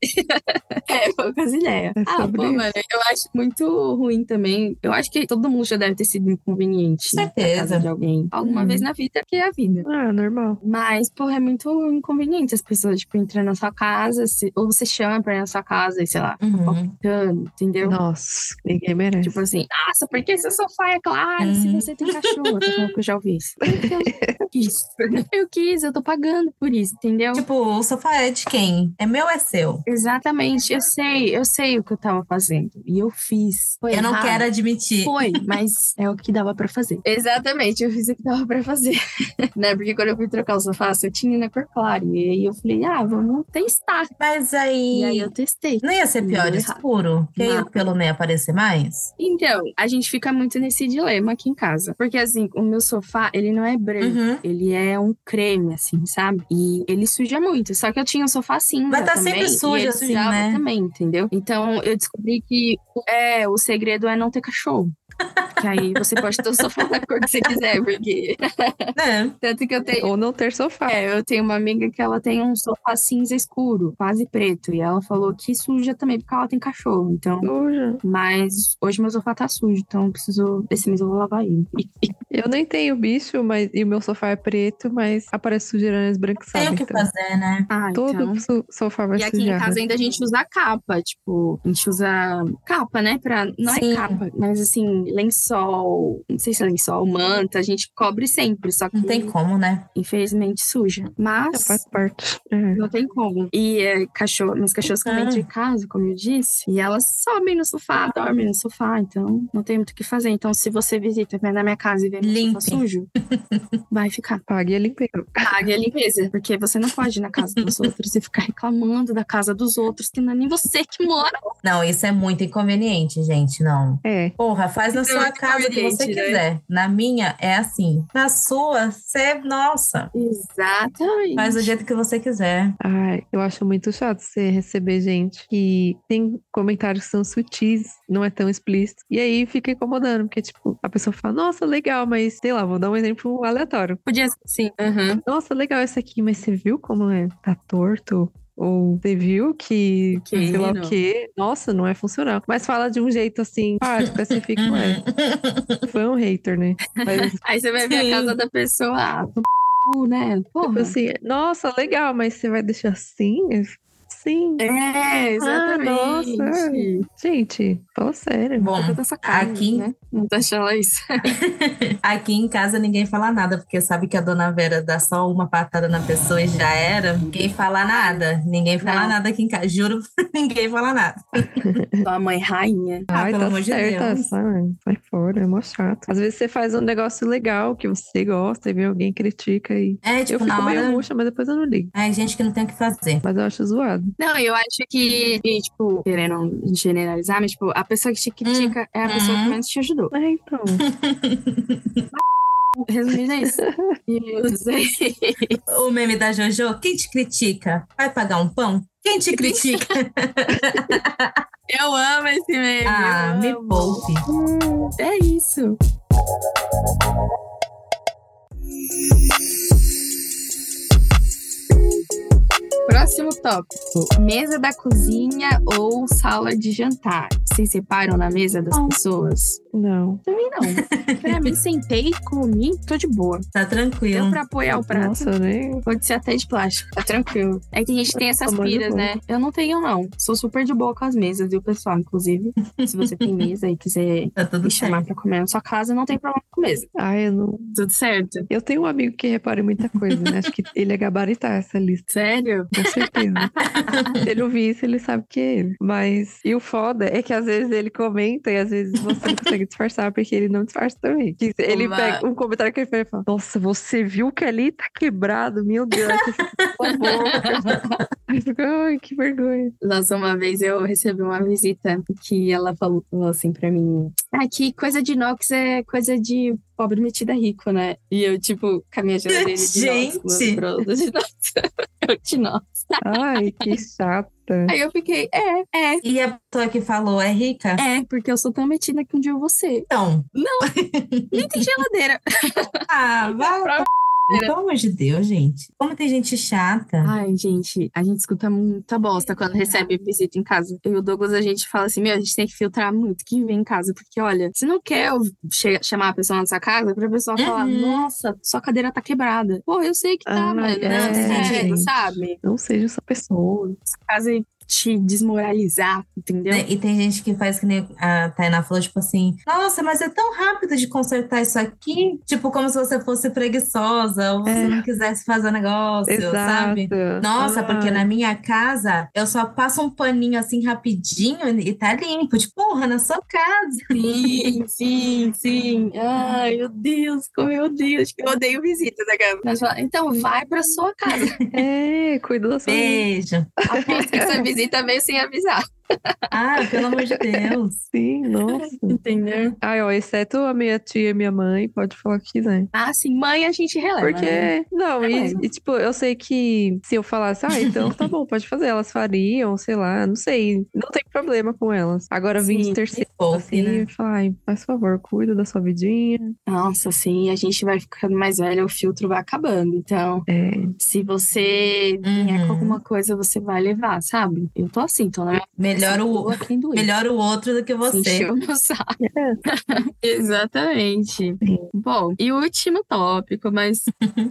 B: *laughs* é, poucas ideias.
C: Né? É
B: ah,
C: sobre
B: pô,
C: isso.
B: mano, eu acho muito ruim também. Eu acho que todo mundo já deve ter sido inconveniente né, na casa
D: Certeza.
B: de alguém. Alguma
C: Uhum.
B: vez na vida, que é a vida.
C: Ah, normal.
B: Mas, porra, é muito inconveniente as pessoas, tipo, entrar na sua casa, se- ou você chama pra ir na sua casa e, sei lá,
D: Uhum.
B: cano, entendeu?
C: Nossa, ninguém merece.
B: Tipo assim, nossa, por que seu sofá é claro se
D: Hum.
B: você tem cachorro? Eu tô falando que eu já ouvi isso. *laughs* Eu quis. Eu quis, eu tô pagando por isso, entendeu?
D: Tipo, o sofá é de quem? É meu, é seu.
B: Exatamente, eu sei, eu sei o que eu tava fazendo. E eu fiz. Foi
D: Eu não
B: errado?
D: quero admitir.
B: *laughs* Foi, mas é o que dava pra fazer. Exatamente, eu fiz o que dava pra fazer. *laughs* né? Porque quando eu fui trocar o sofá, eu tinha na cor clara. E aí eu falei, ah, vamos testar.
D: Mas
B: E
D: aí.
B: aí eu testei.
D: Não ia ser
B: Não,
D: pior
B: errado.
D: escuro? Que aí
B: Não.
D: o pelo nem aparecer mais?
B: Então, a gente fica muito nesse dilema aqui em casa. Porque assim, o meu sofá, ele não é branco.
D: Uhum.
B: Ele é um creme, assim, sabe? E ele suja muito. Só que eu tinha um sofá cinza
D: Mas tá
B: também,
D: sempre sujo,
B: e ele
D: assim,
B: sujava
D: né?
B: também, entendeu? Então, eu descobri que é, o segredo é não ter cachorro. Que aí você pode ter o sofá da cor que você quiser, porque... *laughs*
D: É.
B: Tanto que eu tenho...
C: Ou não ter sofá.
B: É, eu tenho uma amiga que ela tem um sofá cinza escuro, quase preto. E ela falou que suja também, porque ela tem cachorro, então...
C: Suja.
B: Mas hoje meu sofá tá sujo, então eu preciso... Esse mês eu vou lavar ele.
C: Eu nem tenho bicho, mas e o meu sofá é preto, mas aparece sujeira esbranquiçada.
D: Tem o que
C: então.
D: fazer, né?
B: Ah,
C: Todo so- sofá vai né?
B: E aqui em
C: sujar.
B: casa é ainda a gente usa capa, tipo, a gente usa capa, né? Pra, não
D: Sim.
B: é capa, mas assim, lençol, não sei se é lençol, manta, a gente cobre sempre, só que
D: Não tem Então como, né?
B: infelizmente suja.
C: Ah,
B: Mas
C: Faz parte. É.
B: não tem como. E é, cachorro, meus cachorros também
D: Ah.
B: entram em casa, como eu disse, e elas sobem no sofá, dormem no sofá, então não tem muito o que fazer. Então se você visita, vem na minha casa e vê meu sofá
D: Limpe. *laughs*
B: sujo, vai ficar.
C: Pague a limpeza.
B: Pague a limpeza. Porque você não pode ir na casa dos outros e ficar reclamando da casa dos outros, que não é nem você que mora.
D: Não, isso é muito inconveniente, gente. Não.
C: É.
D: Porra, faz na
B: Isso é
D: sua
B: muito
D: casa o que você
B: inconveniente, né?
D: quiser. Na minha é assim. Na sua, você, nossa,
B: Exatamente.
D: faz do jeito que você quiser.
C: Ai, eu acho muito chato você receber gente que tem comentários que são sutis, não é tão explícito. E aí fica incomodando, porque, tipo, a pessoa fala, nossa, legal, mas sei lá, vou dar um exemplo aleatório.
B: Podia ser assim. Aham.
C: Nossa, legal esse aqui, mas você viu como é? Tá torto? Ou você viu que,
B: Que
C: sei lá
B: não.
C: o quê? Nossa, não é funcional. Mas fala de um jeito assim, prático, aí você fica,
D: Uhum.
C: ué, fã ou hater, né?
D: *laughs*
C: Mas
B: Aí você vai ver
D: Sim.
B: a casa da pessoa, ah, p... né?
C: tipo
B: Porra.
C: assim, nossa, legal, mas você vai deixar assim? assim?
B: É, exatamente.
C: nossa.
D: É.
C: Gente, fala sério.
D: Bom,
B: Conta da sua cara,
D: aqui-
B: né? Não tá achando ela isso.
D: Aqui em casa ninguém fala nada, porque sabe que a dona Vera dá só uma patada na pessoa e já era. Ninguém fala nada. Ninguém fala
B: Não.
D: nada aqui em casa. Juro, *laughs* ninguém fala nada.
B: Sua mãe rainha.
D: Ah,
C: Ai,
D: pelo
C: tá
D: amor de
C: certa,
D: Deus.
C: sabe? Vai fora, é mó chato. Às vezes você faz um negócio legal que você gosta e vê alguém critica e
D: É,
C: eu
D: tipo,
C: fico
D: na
C: meio
D: hora.
C: murcha, mas depois eu não ligo.
D: É gente que não tem o que fazer.
C: Mas eu acho zoado.
B: Não, eu acho que, que, tipo, querendo generalizar, mas, tipo, a pessoa que te critica é a pessoa que
D: hum.
B: menos te ajudou.
C: É, então.
B: Resumindo, é isso. E eu sei.
D: O meme da JoJo, quem te critica? Vai pagar um pão? Quem
C: *laughs*
D: te critica?
B: Eu amo esse meme.
D: ah,
B: eu
D: me
B: amo.
D: poupe.
B: É isso. Próximo tópico: mesa da cozinha ou sala de jantar. Vocês separam na mesa das
D: Não.
B: pessoas?
C: Não.
B: Pra mim, não. pra mim, sentei, comi, tô de boa.
D: Tá
B: Deu
D: tranquilo.
B: pra apoiar o prato.
C: Nossa, né? nem.
B: Pode ser até de plástico, tá tranquilo. É que tem gente que tem essas
C: Tamanho
B: piras,
C: bom.
B: né? Eu não tenho, não. Sou super de boa com as mesas, viu, pessoal? Inclusive, se você *laughs* tem mesa e quiser
D: Tá tudo
B: me chamar
D: certo.
B: pra comer na sua casa, não tem problema com mesa.
C: Ai, eu não.
B: Tudo certo?
C: Eu tenho um amigo que repara em muita coisa, né? Acho que ele é gabaritar essa lista,
B: Sério?
C: com certeza. Se ele ouvir isso, ele sabe que é ele. Mas, e o foda é que às vezes ele comenta e às vezes você não consegue disfarçar, porque ele não disfarça também. Que Ele
D: Uma-
C: pega um comentário que ele fez e fala: Nossa, você viu que ali tá quebrado? Meu Deus, aí você fica, "Por favor." Aí fica, Ai, que vergonha.
B: Nossa, uma vez eu recebi uma visita que ela falou, falou assim pra mim: Ah, que coisa de inox é coisa de pobre metida rico, né? E eu, tipo, com a minha geladeira de inox,
D: Gente!
B: meus de inox. *laughs* eu de inox.
C: Ai, que chata.
B: Aí eu fiquei: É, é,
D: E a pessoa que falou é rica?
B: é, porque eu sou tão metida que um dia eu vou ser.
C: *laughs*
D: Então.
B: Nem tem geladeira.
D: Ah,
C: é
D: vai.
B: Pra-
C: *laughs*
D: Pelo amor de Deus, gente. Como tem gente chata.
B: Ai, gente, a gente escuta muita bosta quando recebe visita em casa. Eu e o Douglas, a gente fala assim, meu, a gente tem que filtrar muito quem vem em casa, porque olha, você não quer ouv- che- chamar a pessoa na sua casa pra pessoa falar,
D: Uhum.
B: nossa, sua cadeira tá quebrada. Pô, eu sei que tá,
C: Ai,
B: mas
C: é,
B: não, você
D: gente.
B: sabe?
C: Não seja essa pessoa.
B: Essa casa é te desmoralizar, entendeu?
D: Né? E tem gente que faz que nem a Tainá falou, tipo assim, nossa, mas é tão rápido de consertar isso aqui. Tipo, como se você fosse preguiçosa ou você
C: É.
D: não quisesse fazer o negócio,
C: Exato.
D: sabe? Nossa, porque
C: Ai.
D: na minha casa eu só passo um paninho assim rapidinho e tá limpo. Tipo, porra, na sua casa.
B: Sim, sim, sim. Ai, meu Deus, como eu odeio. Acho que eu odeio visitas, né, cara? Mas fala, Então, vai pra sua *laughs* casa.
D: né?
C: É, cuida da sua vida.
D: Beijo.
B: Aposto que essa visita veio sem avisar.
D: Ah, pelo amor
C: *laughs*
D: de Deus.
C: Sim, nossa.
B: Entendeu?
C: Ai, ó, exceto a minha tia e minha mãe, pode falar o que quiser.
B: Ah, sim, mãe a gente releva. né?
C: Porque, não, e,
B: Releva.
C: e, tipo, eu sei que se eu falasse, ah, então tá bom, pode fazer, elas fariam, sei lá, não sei, não tem problema com elas. Agora vim
B: Sim, é
C: de terceiro,
D: Poupe,
C: assim,
D: né?
C: e falar, ai, faz favor, cuida da sua vidinha.
B: Nossa, sim, a gente vai ficando mais velha, o filtro vai acabando. Então,
C: É,
B: se você vier
D: Uhum.
B: com alguma coisa, você vai levar, sabe? Eu tô assim, tô na minha
D: Melhor o,
B: rua quem doer.
D: melhor o outro do que você.
B: Encheu meu saco.
C: *laughs*
B: *laughs*
C: É.
B: Exatamente. Bom, e o último tópico, *laughs* mas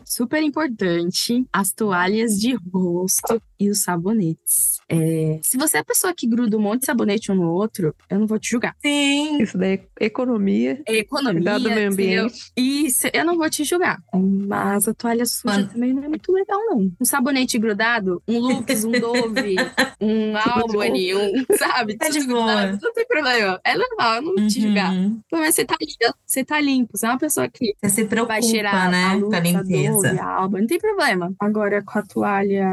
B: super importante: as toalhas de rosto e os sabonetes. É, se você é a pessoa que gruda um monte de sabonete um no outro, eu não vou te julgar.
D: Sim.
C: isso daí é economia,
B: É economia.
C: cuidado do meio
B: entendeu?
C: ambiente.
B: Isso, eu não vou te julgar. Mas a toalha suja
D: Mano.
B: também não é muito legal, não. Um sabonete grudado, um Lux,
D: *laughs*
B: um Dove, um Albany, um, sabe?
D: Tá de
B: Tudo
D: boa.
B: grudado, Não tem problema. É normal, eu não vou te julgar.
D: Uhum.
B: Mas você tá limpo, você tá limpo. Você é uma pessoa que
D: Você se preocupa,
B: vai cheirar a
D: né?
B: Lux,
D: com a
B: a
D: limpeza.
B: Dove, a Alba, não tem problema. Agora com a toalha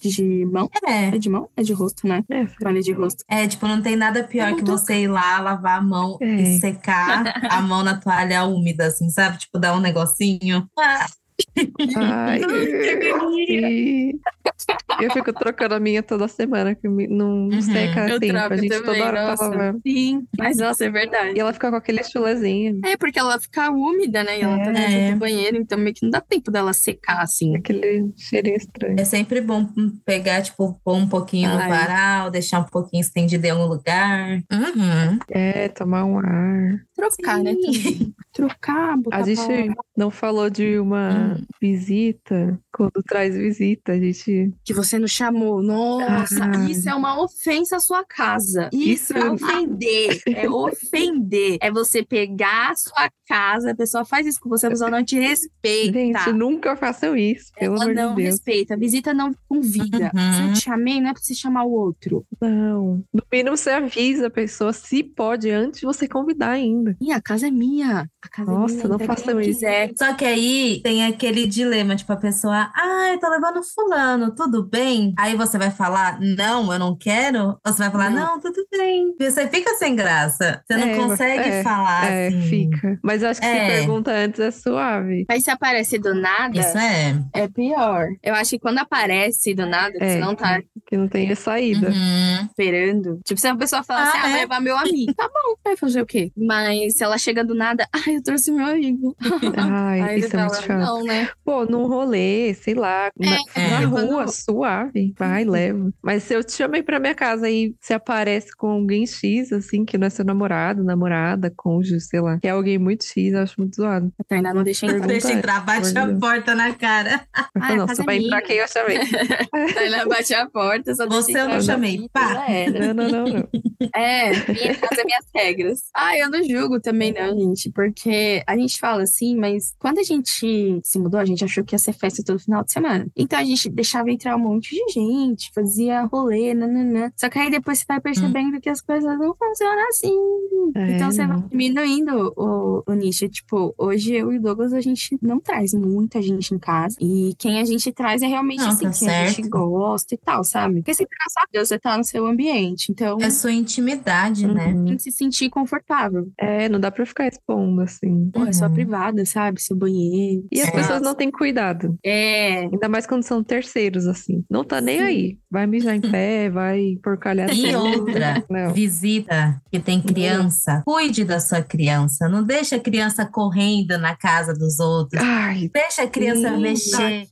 B: de mão.
D: É.
B: É de mão? É de rosto, né? *laughs*
C: É,
B: Toalha de rosto.
D: É, tipo, não tem nada pior
B: Eu
D: que
B: tô-
D: você ir lá lavar a mão
C: É.
D: e secar
B: *laughs*
D: a mão na toalha úmida, assim, sabe? Tipo, dar um negocinho. Ah,
C: ai, e- eu fico trocando a minha toda semana, que me- não
D: Uhum.
C: seca
B: Eu
C: assim, tempo,
B: troco
C: a gente
B: também,
C: toda hora
B: nossa.
C: tava...
B: Sim, mas nossa, é verdade.
C: E ela fica com aquele chulezinho,
B: É, porque ela fica úmida, né? E ela tá
D: É.
B: dentro do banheiro, então meio que não dá tempo dela secar, assim.
C: aquele cheirinho estranho.
D: é sempre bom pegar, tipo, pôr um pouquinho no
B: Ai.
D: varal, deixar um pouquinho estendido em algum lugar. Uhum.
C: É, tomar um ar.
B: Trocar, né?
D: Sim.
B: *laughs* trocar, botar
C: A
B: pra
C: gente
B: lá.
C: não falou de uma visita, quando traz visita, a gente.
B: que você não chamou. Nossa,
C: Ah.
B: isso é uma ofensa à sua casa.
C: Isso
B: Isso
C: um
B: é ofender.
C: *laughs*
B: É ofender. É você pegar a sua casa, a pessoa faz isso com você, a pessoa não te respeita.
C: Gente, nunca façam isso, pelo
B: ela
C: amor
B: É não né?
C: de Deus.
B: respeita. Visita não convida.
D: Uhum.
B: Se eu te chamei, não é pra você chamar o outro.
C: Não. No mínimo você avisa a pessoa se pode antes de você convidar ainda.
B: Ih, a casa é minha. A casa
C: Nossa,
B: é minha.
C: não
B: entra
C: façam
B: quem
C: isso.
B: quiser.
D: Só que aí tem aquele dilema, tipo, a pessoa, ai, tô levando fulano, tudo bem? Aí você vai falar, não, eu não quero? Ou você vai falar,
B: Não.
D: não, tudo bem. Você fica sem graça. Você não
C: É, mas-
D: consegue
C: é,
D: falar
C: é,
D: assim.
C: fica. Mas acho que
D: É.
C: se pergunta antes é suave.
B: Mas se aparece do nada,
D: Isso é.
B: é pior. Eu acho que quando aparece do nada, que
C: É.
B: você não tá
C: Que não tenha saída.
D: Uhum.
B: esperando. Tipo, se a pessoa fala
D: Ah,
B: assim, ah,
D: é?
B: vai levar meu amigo. tá bom, vai fazer o quê? Mas se ela chega do nada, ai, eu trouxe meu amigo.
C: Ai,
B: Aí ele
C: isso é
B: fala,
C: muito chato.
B: não, né?
C: Pô, num rolê, sei lá, na,
B: É, Uhum.
C: na
D: é.
C: rua,
B: Quando-
C: suave, vai, leva. Mas se eu te chamei pra minha casa e você aparece com alguém X, assim, que não é seu namorado, namorada, cônjuge, sei lá, que é alguém muito X, eu acho muito zoado.
B: A Tainá não deixa entrar.
D: Deixa entrar, bate
C: Olha.
D: a porta na cara.
C: Eu
B: Ah,
C: falo,
B: a
C: não,
B: casa
C: você
B: é
C: vai entrar
B: minha.
C: quem eu
B: *laughs*
C: chamei.
B: Tainá bate a porta, só deixa
D: Você
B: entrar
D: eu não
B: na
D: chamei,
B: vida,
D: pá.
B: já era.
C: não, não, não, não.
B: É, minha casa, minhas regras. Ah, eu não julgo também, não, gente, porque a gente fala assim, mas quando a gente se mudou, a gente achou que ia ser festa todo final de semana. Então a gente deixava entrar um monte de gente, fazia rolê, nananã. Só que aí depois
D: Hum.
B: você vai percebendo que as coisas não funcionam assim.
C: É,
B: Então você vai
C: não.
B: diminuindo o, o nicho. Tipo, hoje eu e o Douglas a gente não traz muita gente em casa. E quem a gente traz é realmente
D: Não,
B: assim,
D: tá
B: quem a gente
D: certo.
B: gosta e tal, sabe? Porque você tá na sua casa, você tá no seu ambiente. Então
D: É sua intimidade, né?
C: Uhum.
B: tem que se sentir confortável.
C: É, não dá pra ficar expondo, assim.
B: Pô, é sua
D: Uhum.
B: privada, sabe? Seu banheiro.
C: E as
D: É.
C: pessoas não têm cuidado.
B: É.
C: Ainda mais quando são terceiros, assim. Não tá nem
B: Sim. Hum.
C: aí. Vai mijar em pé, vai porcalhar
D: E
C: tudo.
D: outra,
C: *laughs* Não.
D: visita que tem criança, cuide da sua criança. Não deixa a criança correndo na casa dos outros.
C: Ai,
D: Deixa a criança
B: Sim.
D: mexer.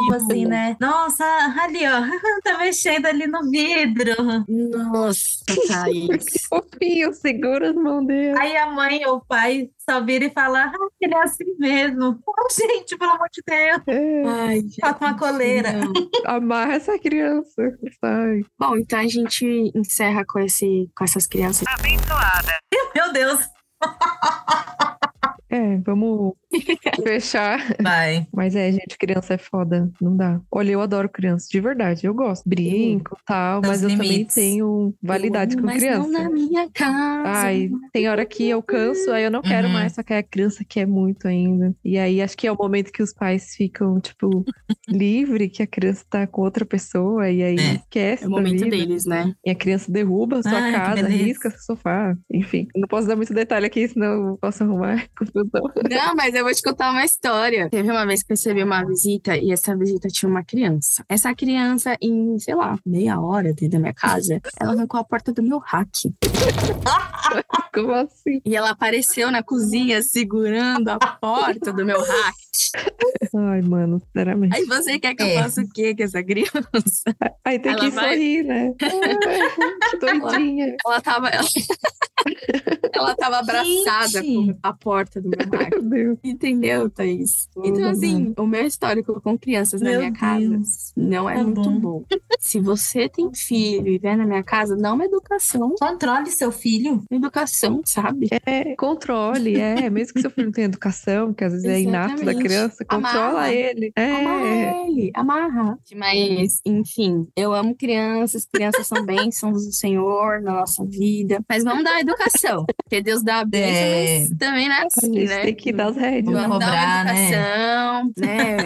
D: Tipo assim, né? Nossa, ali ó, *laughs* tá mexendo ali no vidro.
B: Nossa,
C: *laughs* que
B: Thaís.
C: fofinho, segura as mãos dele.
D: Aí a mãe ou o pai só vira e fala: ah, ele é assim mesmo. Oh, gente, pelo amor de Deus,
C: É,
B: Ai, gente.
D: toca uma coleira.
B: não.
C: amarra essa criança. Sai.
B: Bom, então a gente encerra com, esse, com essas crianças.
D: Meu Deus,
C: É,
B: *laughs*
C: vamos fechar.
D: vai.
C: Mas é, gente, criança é foda. Não dá. Olha, eu adoro criança, de verdade. Eu gosto. Brinco tal,
D: Nos
C: mas eu também
D: limites.
C: tenho validade
B: Eu
C: com
B: amo, Mas não na
C: criança.
B: minha casa.
C: Ai, tem hora que eu canso, aí eu não quero
D: Uhum.
C: mais, só que a criança quer muito ainda. E aí acho que é o momento que os pais ficam,
B: *laughs*
C: tipo, livre, que a criança tá com outra pessoa, e aí
D: É.
C: esquece.
B: É o momento
C: da vida.
B: deles, né?
C: E a criança derruba a sua
D: Ai, que
C: casa,
D: beleza.
C: risca seu sofá. Enfim, não posso dar muito detalhe aqui, senão eu posso arrumar *laughs* confusão.
B: Não, mas eu vou te contar uma história. Teve uma vez que eu recebi uma visita e essa visita tinha uma criança. Essa criança, em, sei lá, meia hora dentro da minha casa, ela arrancou a porta do meu rack.
C: Como assim?
B: E ela apareceu na cozinha segurando a porta do meu rack.
C: Ai, mano, sinceramente.
B: Aí você quer que eu
D: É.
B: faça o quê com essa criança?
C: Aí tem
B: ela
C: que
B: vai-
C: sorrir, né? que doidinha.
B: *laughs* Ela tava. Ela, *laughs* ela tava abraçada
D: Gente!
B: com a porta do meu rack.
C: Meu Deus.
B: Entendeu, Thaís? Então,
C: Tudo
B: assim, o meu histórico com crianças na
D: Meu
B: minha casa
D: Deus.
B: não é
D: Tá
B: muito
D: bom.
B: bom. Se você tem filho e vem na minha casa, dá uma educação.
D: Controle seu filho.
B: uma Educação, sabe?
C: É, controle, é. Mesmo que seu filho não tenha educação, que às vezes é inato da
B: Exatamente.
C: criança, controla
B: Amarra.
C: ele. É.
B: Amarra ele, amarra. Mas, enfim, eu amo crianças, crianças são bênçãos do Senhor na nossa vida. Mas vamos dar educação, porque Deus dá a bênção,
D: É.
B: mas também não é
C: A
B: assim,
C: gente
B: né?
C: tem que dar as rédeas.
D: Não.
B: Vamos
D: cobrar,
B: dar uma
D: né?
B: educação, né?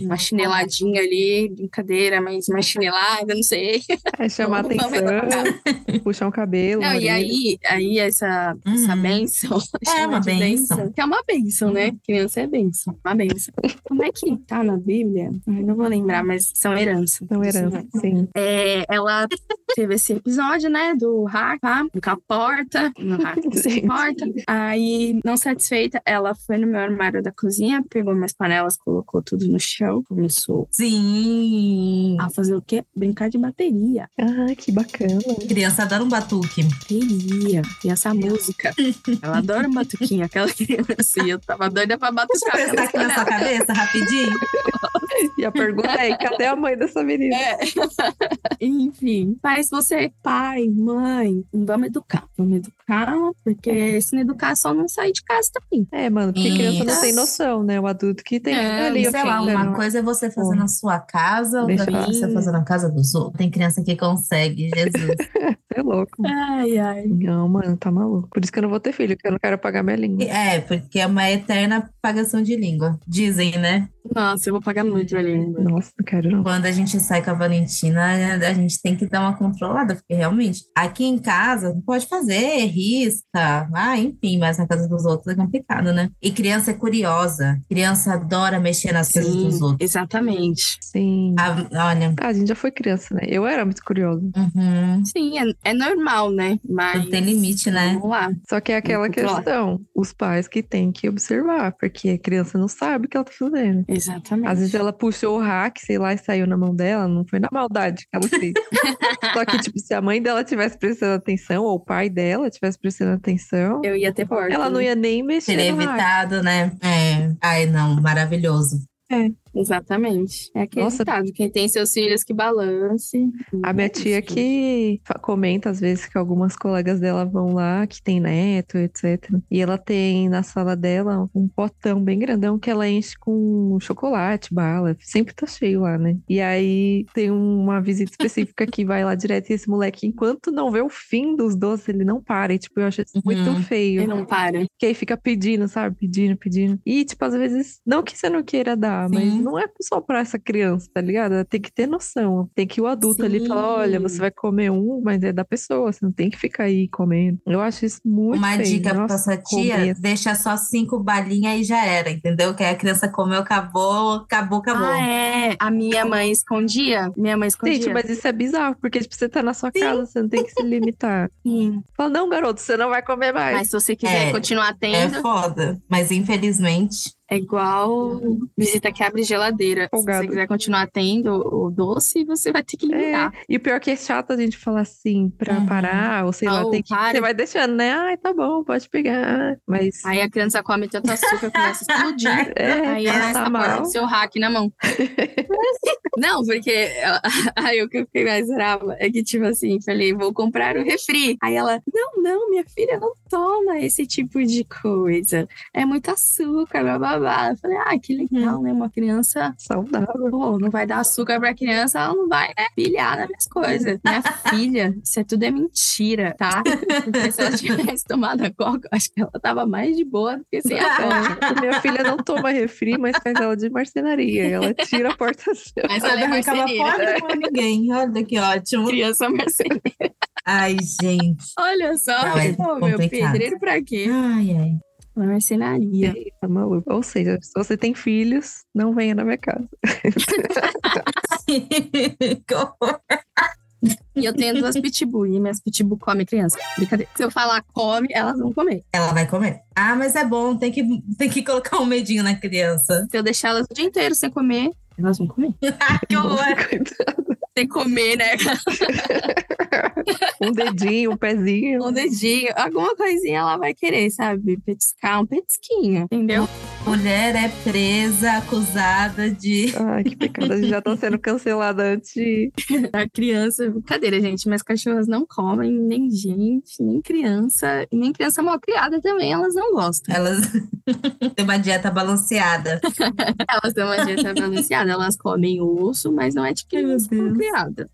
B: Um- Uma chineladinha ali, brincadeira, mas uma chinelada, não sei.
C: É chamar
B: Vamos
C: atenção,
B: educar.
C: puxar um cabelo.
B: Não, e
C: orelha.
B: aí, aí essa, essa
D: Uhum.
B: benção.
D: É uma bênção. Uhum.
B: Que é uma benção, né? Criança é benção. Uma benção. Como é que tá na Bíblia? Ai, não vou lembrar, mas são heranças.
C: Não herança, sim.
B: É, ela teve esse episódio, né? Do hack, lá, com a porta. No hack, com a
C: Gente.
B: porta. Aí, não satisfeita, ela foi no meu armário da cozinha, pegou minhas panelas, colocou tudo no chão, começou
D: Sim.
B: a fazer o quê? Brincar de bateria.
C: Ah, que bacana.
B: *laughs*
D: Criança adora um batuque.
B: Bateria. E essa música. Ela adora um batuquinho, aquela criança. E eu tava doida pra
D: Deixa eu
B: batucar.
D: pensar aqui na sua cabeça rapidinho.
C: E a pergunta é: cadê a mãe dessa menina?
B: É. Enfim, mas você, pai, mãe, vamos educar. Vamos educar, porque se não educar, só não sair de casa também.
C: É, mano, porque criança não
D: Isso.
C: tem noção, né? O adulto que tem
B: É,
C: ali,
D: *laughs* sei
C: ok,
D: lá,
C: né?
D: uma coisa é você fazer na sua casa, outra
C: Deixa
D: coisa é você fazer na casa dos outros. Tem criança que consegue, Jesus.
C: É louco.
B: Ai, ai.
C: Não, mano, tá maluco. Por isso que eu não vou ter filho, porque eu não quero pagar minha língua.
D: É, porque é uma eterna apagação de língua. Dizem, né?
B: Nossa, eu vou pagar muito ali.
C: Nossa, não quero não.
D: Quando a gente sai com a Valentina, a gente tem que dar uma controlada, porque realmente aqui em casa pode fazer, é risca, ah, enfim, mas na casa dos outros é complicado, né? E criança é curiosa, criança adora mexer nas coisas dos
B: Sim,
D: outros.
B: exatamente.
C: Sim.
D: Ah, olha,
C: Ah, a gente já foi criança, né? Eu era muito curiosa.
D: uhum,
B: Sim, é, é normal, né? Mas.
D: não tem limite, né?
B: Vamos lá.
C: Só que é aquela
B: controlar.
C: questão, os pais que têm que observar, porque a criança não sabe o que ela tá fazendo.
B: Exatamente.
C: Às vezes ela puxou o hack, sei lá, e saiu na mão dela, não foi na maldade que ela fez.
D: *laughs*
C: Só que, tipo, se a mãe dela tivesse prestando atenção, ou o pai dela tivesse prestando atenção,
B: eu ia ter porta. né?
C: ela não ia nem mexer.
D: Seria
C: no hack.
D: evitado, né? É. Ai, não, maravilhoso.
B: Exatamente. É aquele
C: Nossa.
B: ditado, Quem tem seus filhos que balance.
C: A minha tia que fa- comenta às vezes que algumas colegas dela vão lá, que tem neto, etc. E ela tem na sala dela um potão bem grandão que ela enche com chocolate, bala. Sempre tá cheio lá, né? E aí tem uma visita específica que vai lá direto e esse moleque, enquanto não vê o fim dos doces, ele não para. E tipo, eu acho isso muito
D: Uhum.
B: Ele
C: feio.
B: não para.
C: Que aí fica pedindo, sabe? Pedindo, pedindo. E, tipo, às vezes, não que você não queira dar, mas
D: Sim.
C: não é só pra essa criança, tá ligado? Ela Tem que ter noção. Tem que o adulto ali falar: olha, você
B: Sim.
C: vai comer um, mas é da pessoa, você não tem que ficar aí comendo. Eu acho isso muito.
D: Uma
C: feio.
D: dica pra
C: Nossa,
D: sua tia,
C: comer.
D: deixa só cinco balinhas e já era, entendeu? Que aí a criança comeu, acabou, acabou,
C: Tá
D: acabou.
B: Ah, é. A minha mãe escondia. Minha mãe escondia.
C: Gente, mas isso é bizarro, porque, tipo, você tá na sua casa, você não tem que se
B: *laughs*
C: limitar.
B: Sim.
C: Fala, não, garoto, você não vai comer mais.
B: Mas se você quiser
D: É,
B: continuar
D: É
B: tendo,
D: foda, mas infelizmente.
B: é, igual visita que abre geladeira.
C: Folgado.
B: Se você quiser continuar tendo o doce, você vai ter que
C: É,
B: limitar.
C: e o pior que é chato a gente falar assim pra
D: Uhum.
C: parar, ou sei
B: Ah,
C: lá,
B: ou
C: tem que,
B: para.
C: você vai deixando, né? Ai, tá bom, pode pegar. Mas
B: Aí a criança come tanto açúcar, começa a explodir.
C: é,
B: Aí ela tá
C: passa
B: está
C: mal.
B: com o seu hack na *laughs* mão. Não, porque ela- *laughs* aí o que eu fiquei mais brava é que, tipo assim, falei, vou comprar o refri. Aí ela, não, não, minha filha não toma esse tipo de coisa. É muito açúcar, blá blá blá. Eu falei, ah, que legal, né? Uma criança
C: Saudável.
B: Pô, não vai dar açúcar pra criança, ela não vai né, pilhar nas minhas coisas. *laughs* Minha filha, isso é tudo é mentira, tá? Porque se *laughs* ela tivesse tomado a coca, eu acho que ela tava mais de boa do que sem a coca.
C: Ó, minha filha não toma refri, mas faz ela de marcenaria. Ela tira a porta.
B: Mas ela é
D: Ela acaba pobre
B: marceneira.
D: com ninguém. Olha que ótimo.
B: Criança marceneira.
D: Ai, gente.
B: Olha só,
D: Não, é
B: pô, meu
D: complicado.
B: pedreiro pra quê?
D: Ai, ai. *laughs*
B: Uma marcenaria.
C: Tá maluco. Ou seja, se você tem filhos, não venha na minha casa.
D: Que horror.
B: E eu tenho duas pitbull, e minhas pitbull comem criança. Brincadeira. Se eu falar come, elas vão comer.
D: Ela vai comer. Ah, mas é bom, tem que, tem que colocar um medinho na criança.
B: Se eu deixar elas o dia inteiro sem comer, elas vão comer.
D: Ai, que horror.
B: Sem comer, né?
C: Um dedinho, um pezinho.
B: um dedinho, alguma coisinha ela vai querer, sabe? Petiscar um petisquinho, entendeu?
D: Mulher é presa, acusada de. *laughs*
C: Ai, que pecado. A gente já tá sendo cancelada antes. de-
B: A criança, brincadeira, gente, mas cachorras não comem, nem gente, nem criança, e nem criança mal criada também, elas não gostam.
D: Elas *laughs* têm uma dieta balanceada. tá
B: Elas têm uma dieta *laughs* balanceada, elas comem osso, mas não é de criança
D: Ai, meu
B: mal
D: Deus.
B: criada.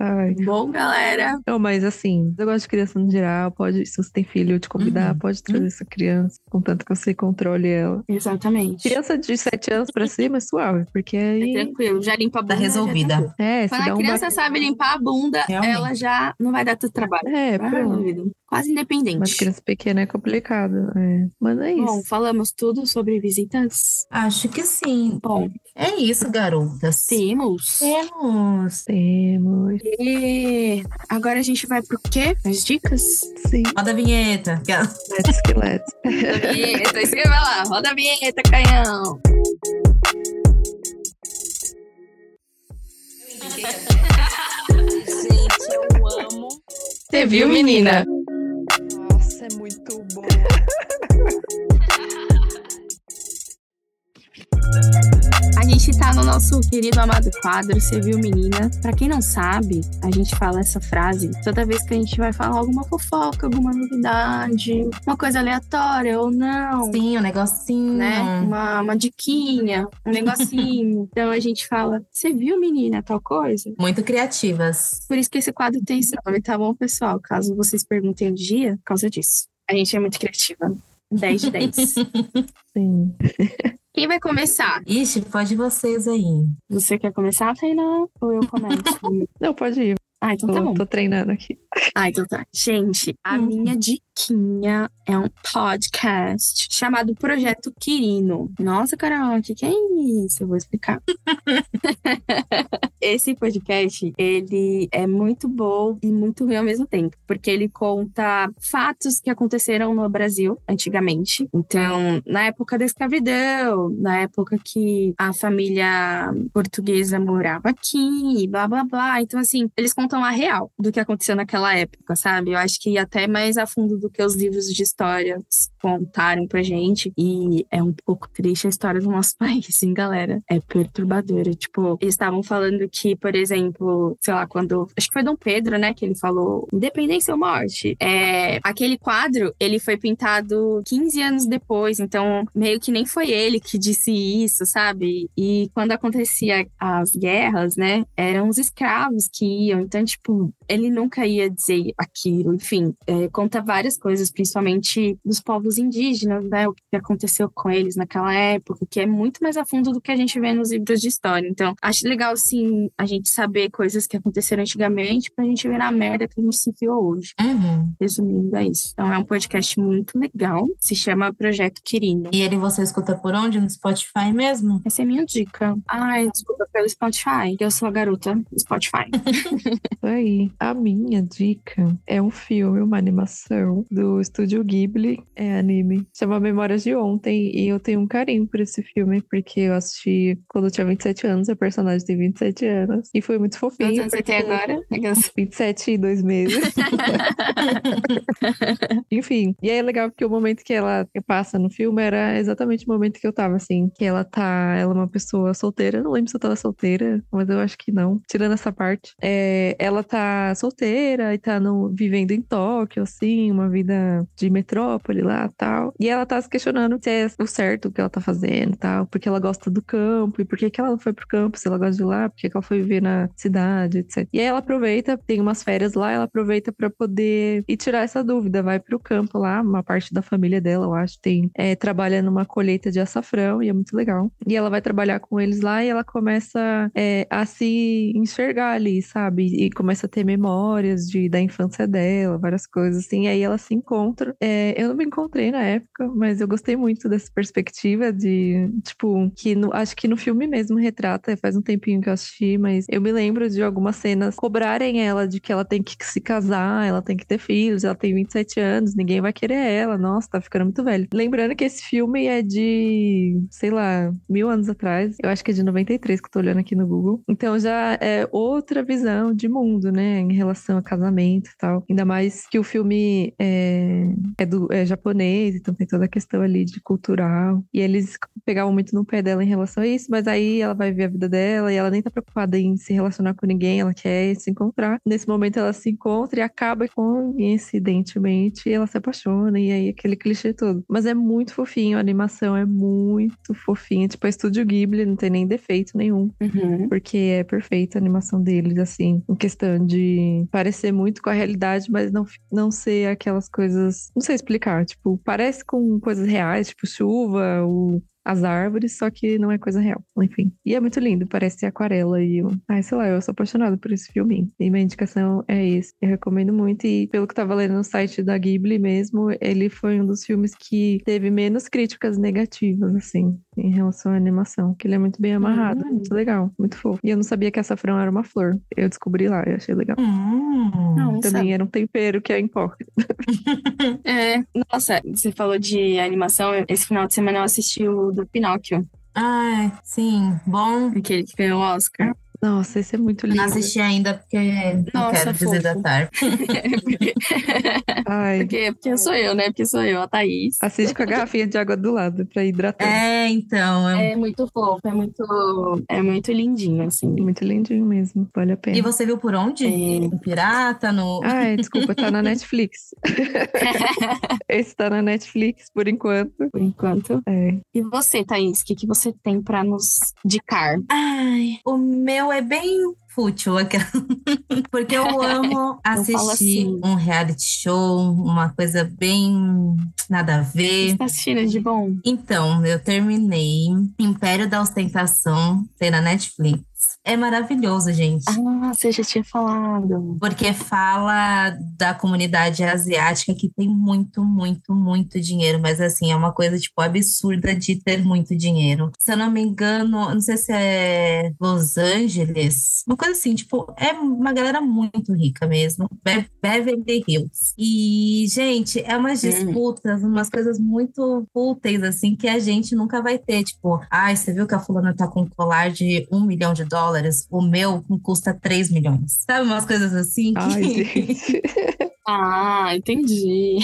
C: Ai.
B: Bom, galera,
C: Não, mas assim, eu gosto de criança no geral. Pode, se você tem filho, eu te convidar,
B: Uhum.
C: pode trazer essa criança, contanto que você controle ela.
B: exatamente.
C: Criança de 7 anos pra cima é suave, porque
B: É
C: aí.
B: tranquilo, já limpa a bunda.
D: Tá
B: já
D: resolvida.
B: tranquilo.
C: É, se
B: Quando
C: dá
B: a
C: um
B: criança sabe limpar a bunda,
D: Realmente.
B: ela já não vai dar tanto trabalho.
C: É,
B: Ah,
C: pronto.
B: meu Deus. quase independente.
C: Mas criança pequena é complicado. é. Mas é isso.
B: Bom, falamos tudo sobre visitas.
D: Acho que sim.
B: Bom,
D: É isso, garotas.
B: temos.
C: É.
D: Temos.
C: Temos.
B: E agora a gente vai pro quê? As
C: *laughs*
B: dicas?
C: Sim.
D: Roda a vinheta.
C: Let's que let's.
B: Roda a vinheta, escreva lá. Roda a vinheta, canhão.
A: Gente, eu amo.
C: Você viu, menina? Nossa, é muito bom.
B: A gente tá no nosso querido amado quadro, você viu, menina? Pra quem não sabe, a gente fala essa frase toda vez que a gente vai falar alguma fofoca, alguma novidade, uma coisa aleatória ou não.
D: Sim, um negocinho.
B: Né? Uma, uma diquinha, um negocinho. então a gente fala, você viu, menina, tal coisa?
D: Muito criativas.
B: Por isso que esse quadro tem esse nome, tá bom, pessoal? Caso vocês perguntem o dia, por causa disso. A gente é muito criativa. 10 de 10.
C: Sim.
B: Quem vai começar?
D: Ixi, pode vocês aí.
B: Você quer começar, Tainá? Ou eu começo?
C: Não, pode ir.
B: ah, então tá
C: Tô,
B: bom.
C: tô treinando aqui.
B: *laughs* Ah, então tá. Gente, a
D: Hum.
B: minha diquinha é um podcast chamado Projeto Quirino. Nossa, Carol, o que, que é isso? Eu vou explicar. Esse podcast, ele é muito bom e muito ruim ao mesmo tempo, porque ele conta fatos que aconteceram no Brasil antigamente. Então, na época da escravidão, na época que a família portuguesa morava aqui, blá blá blá. Então, assim, eles contam a real do que aconteceu naquela época, sabe? Eu acho que até mais a fundo do que os livros de história contaram pra gente. E é um pouco triste a história do nosso *laughs* país, hein, galera? É perturbadora. Tipo, eles estavam falando que, por exemplo, sei lá, quando. Acho que foi Dom Pedro, né? Que ele falou independência ou morte. É, aquele quadro, ele foi pintado 15 anos depois. Então, meio que nem foi ele que disse isso, sabe? E quando acontecia as guerras, né? Eram os escravos que iam. Então, tipo, ele nunca ia dizer aquilo. Enfim, é, conta várias coisas, principalmente dos povos indígenas, né? O que aconteceu com eles naquela época, que é muito mais a fundo do que a gente vê nos livros de história. Então, acho legal, sim, a gente saber coisas que aconteceram antigamente pra gente ver na merda que a gente se enfiou hoje.
D: Uhum.
B: Resumindo, é isso. Então, é um podcast muito legal. Se chama Projeto Quirino.
D: E ele você escuta por onde? No Spotify mesmo?
B: Essa é a minha dica. Ai, desculpa pelo Spotify. Eu sou a garota do Spotify.
C: Isso aí. A minha dica é um filme, uma animação do estúdio Ghibli, é anime. Chama Memórias de Ontem e eu tenho um carinho por esse filme porque eu assisti quando eu tinha 27 anos, a personagem tem 27 anos e foi muito fofinho.
B: Quantos anos você tem
C: porque-
B: agora?
C: 27 e dois meses. Enfim, e aí é legal porque o momento que ela passa no filme era exatamente o momento que eu tava, assim, que ela tá, ela é uma pessoa solteira, eu não lembro se eu tava solteira, mas eu acho que não, tirando essa parte. É, ela tá solteira e tá no, vivendo em Tóquio, assim, uma vida de metrópole lá tal. E ela tá se questionando se é o certo que ela tá fazendo e tal, porque ela gosta do campo e por que que ela não foi pro campo se ela gosta de lá, por que que ela foi viver na cidade, etc. E aí ela aproveita, tem umas férias lá, ela aproveita pra poder ir tirar essa dúvida, vai pro campo lá, uma parte da família dela, eu acho, tem é, trabalha numa colheita de açafrão e é muito legal. E ela vai trabalhar com eles lá e ela começa é, a se enxergar ali, sabe? E começa a ter memórias de, da infância dela, várias coisas assim. E aí ela se encontra. É, eu não me encontrei na época, mas eu gostei muito dessa perspectiva de, tipo, que no- acho que no filme mesmo retrata, faz um tempinho que eu assisti, mas eu me lembro de algumas cenas cobrarem ela de que ela tem que se casar, ela tem que ter filhos, ela tem 27 anos, ninguém vai querer ela, nossa, tá ficando muito velha. Lembrando que esse filme é de, sei lá, mil anos atrás, eu acho que é de 93 que eu tô olhando aqui no Google. Então já é outra visão de mundo, né, em relação a casamento e tal. Ainda mais que o filme é, é do, é japonês, então tem toda a questão ali de cultural. E eles pegavam muito no pé dela em relação a isso, mas aí ela vai ver a vida dela e ela nem tá preocupada em se relacionar com ninguém, ela quer se encontrar. Nesse momento ela se encontra e acaba com, incidentemente, ela se apaixona e aí aquele clichê todo. Mas é muito fofinho, a animação é muito fofinha, tipo, é estúdio Ghibli, não tem nem defeito nenhum.
B: Uhum.
C: Porque é perfeita a animação deles, assim, em questão de parecer muito com a realidade, mas não, fi- não ser aquelas coisas. Não sei explicar, tipo, parece com coisas reais, tipo chuva, o as árvores, só que não é coisa real. Enfim. E é muito lindo, parece aquarela e eu. Ai, sei lá, eu sou apaixonada por esse filminho. E minha indicação é esse. Eu recomendo muito. E pelo que tava lendo no site da Ghibli mesmo, ele foi um dos filmes que teve menos críticas negativas, assim, em relação à animação. Que ele é muito bem amarrado,
B: Hum.
C: muito legal, muito fofo. E eu não sabia que açafrão era uma flor. Eu descobri lá, eu achei legal.
D: Hum.
B: Não,
C: Também era um tempero que é em pó.
B: É, nossa, você falou de animação. Esse final de semana eu assisti o do Pinóquio,
D: Ai, sim, bom.
B: aquele que ganhou o Oscar. *laughs*
C: Nossa, esse é muito lindo.
D: Não assisti ainda porque não quero
B: Nossa,
D: dizer da
B: fofo.
D: tarde.
C: Ai,
B: é porque, porque sou eu, né? Porque sou eu, a Thaís.
C: assiste com a garrafinha de água do lado pra hidratar.
D: É, então. eu-
B: É muito fofo, é muito, é muito lindinho, assim.
C: Muito lindinho mesmo, vale a
D: E
C: pena.
D: você viu por onde?
B: É. Ah,
D: No Pirata, no.
C: Ai, desculpa, tá na Netflix.
B: *laughs*
C: Esse tá na Netflix por enquanto.
B: Por enquanto.
C: É.
B: E você, Thaís, o que, que você tem pra nos indicar?
D: Ai, o meu é bem fútil aquela. *laughs* Porque eu amo
B: fala
D: assistir
B: assim.
D: um reality show, uma coisa bem nada a ver.
B: Você tá assistindo de bom?
D: Então, eu terminei Império da Ostentação, tem na Netflix. É maravilhoso, gente.
B: Ah, você já tinha falado.
D: Porque fala da comunidade asiática que tem muito, muito, muito dinheiro, mas assim, é uma coisa tipo absurda de ter muito dinheiro. Se eu não me engano, não sei se é Los Angeles, uma coisa assim, tipo, é uma galera muito rica mesmo, Be- Beverly Hills. E, gente, é umas
B: Hum.
D: disputas, umas coisas muito fúteis, assim, que a gente nunca vai ter. Tipo, ai, você viu que a fulana tá com um colar de um milhão de dólares, o meu custa 3 milhões. Sabe umas coisas assim que
B: *laughs*
C: Ai, gente.
B: Ah, entendi.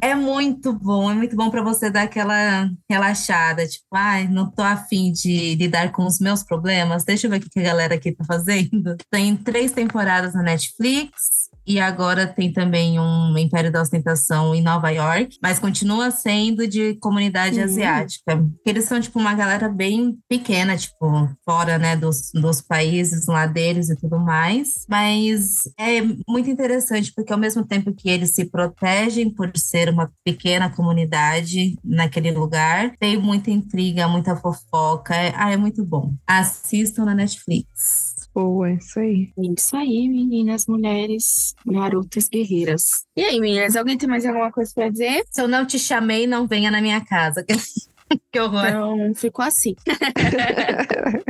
D: é muito bom, é muito bom pra você dar aquela relaxada, tipo, ai, não tô afim de lidar com os meus problemas, deixa eu ver o que que a galera aqui tá fazendo. Tem três temporadas na Netflix. E agora tem também um Império da Ostentação em Nova York, mas continua sendo de comunidade
B: Uhum.
D: asiática. Porque Eles são, tipo, uma galera bem pequena, tipo, fora, né, dos, dos países lá deles e tudo mais. Mas é muito interessante, porque ao mesmo tempo que eles se protegem por ser uma pequena comunidade naquele lugar, tem muita intriga, muita fofoca. É- Ah, é muito bom. Assistam na Netflix.
C: Boa, é isso aí.
B: Isso aí, meninas, mulheres, garotas guerreiras. E aí, meninas, alguém tem mais alguma coisa pra dizer?
D: Se eu não te chamei, não venha na minha casa. *laughs* que horror.
B: Então, ficou assim.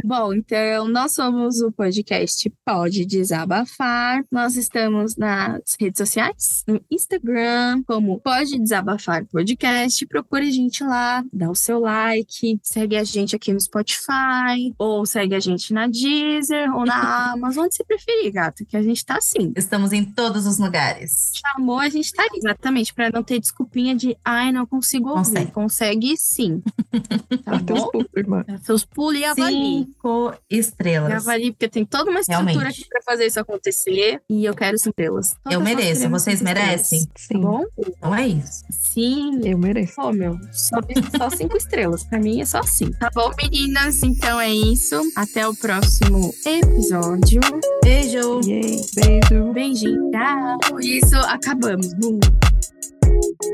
B: Bom, então, nós somos o podcast Pode Desabafar. Nós estamos nas redes sociais, no Instagram, como Pode Desabafar Podcast. Procure a gente lá, dá o seu like, segue a gente aqui no Spotify, ou segue a gente na Deezer, ou na Amazon, onde você preferir, gato, que a gente tá assim
D: Estamos em todos os lugares.
B: chamou, a gente tá aí. Exatamente, pra não ter desculpinha de ai, não consigo ouvir.
D: Consegue.
B: Consegue, sim. tá
C: Até os
B: bom?
C: poucos, irmã.
B: Dá Seus pulos e avalie.
D: Cinco estrelas.
B: Avalie, porque tem toda uma estrutura
D: Realmente.
B: aqui pra fazer isso acontecer. E eu quero cinco estrelas. Todas
D: Eu
B: nós
D: mereço,
B: queremos
D: vocês
B: cinco estrelas,
D: merecem.
C: Sim,
B: Tá bom? Tá
D: Então é isso.
B: Sim.
C: eu mereço.
B: Pô, meu, só, só cinco estrelas. Pra mim é só cinco. Tá bom, meninas? Então é isso. Até o próximo episódio. Um
D: Beijo.
C: Yay, beijo.
B: Beijinho. Tchau. Por isso, acabamos. Bum.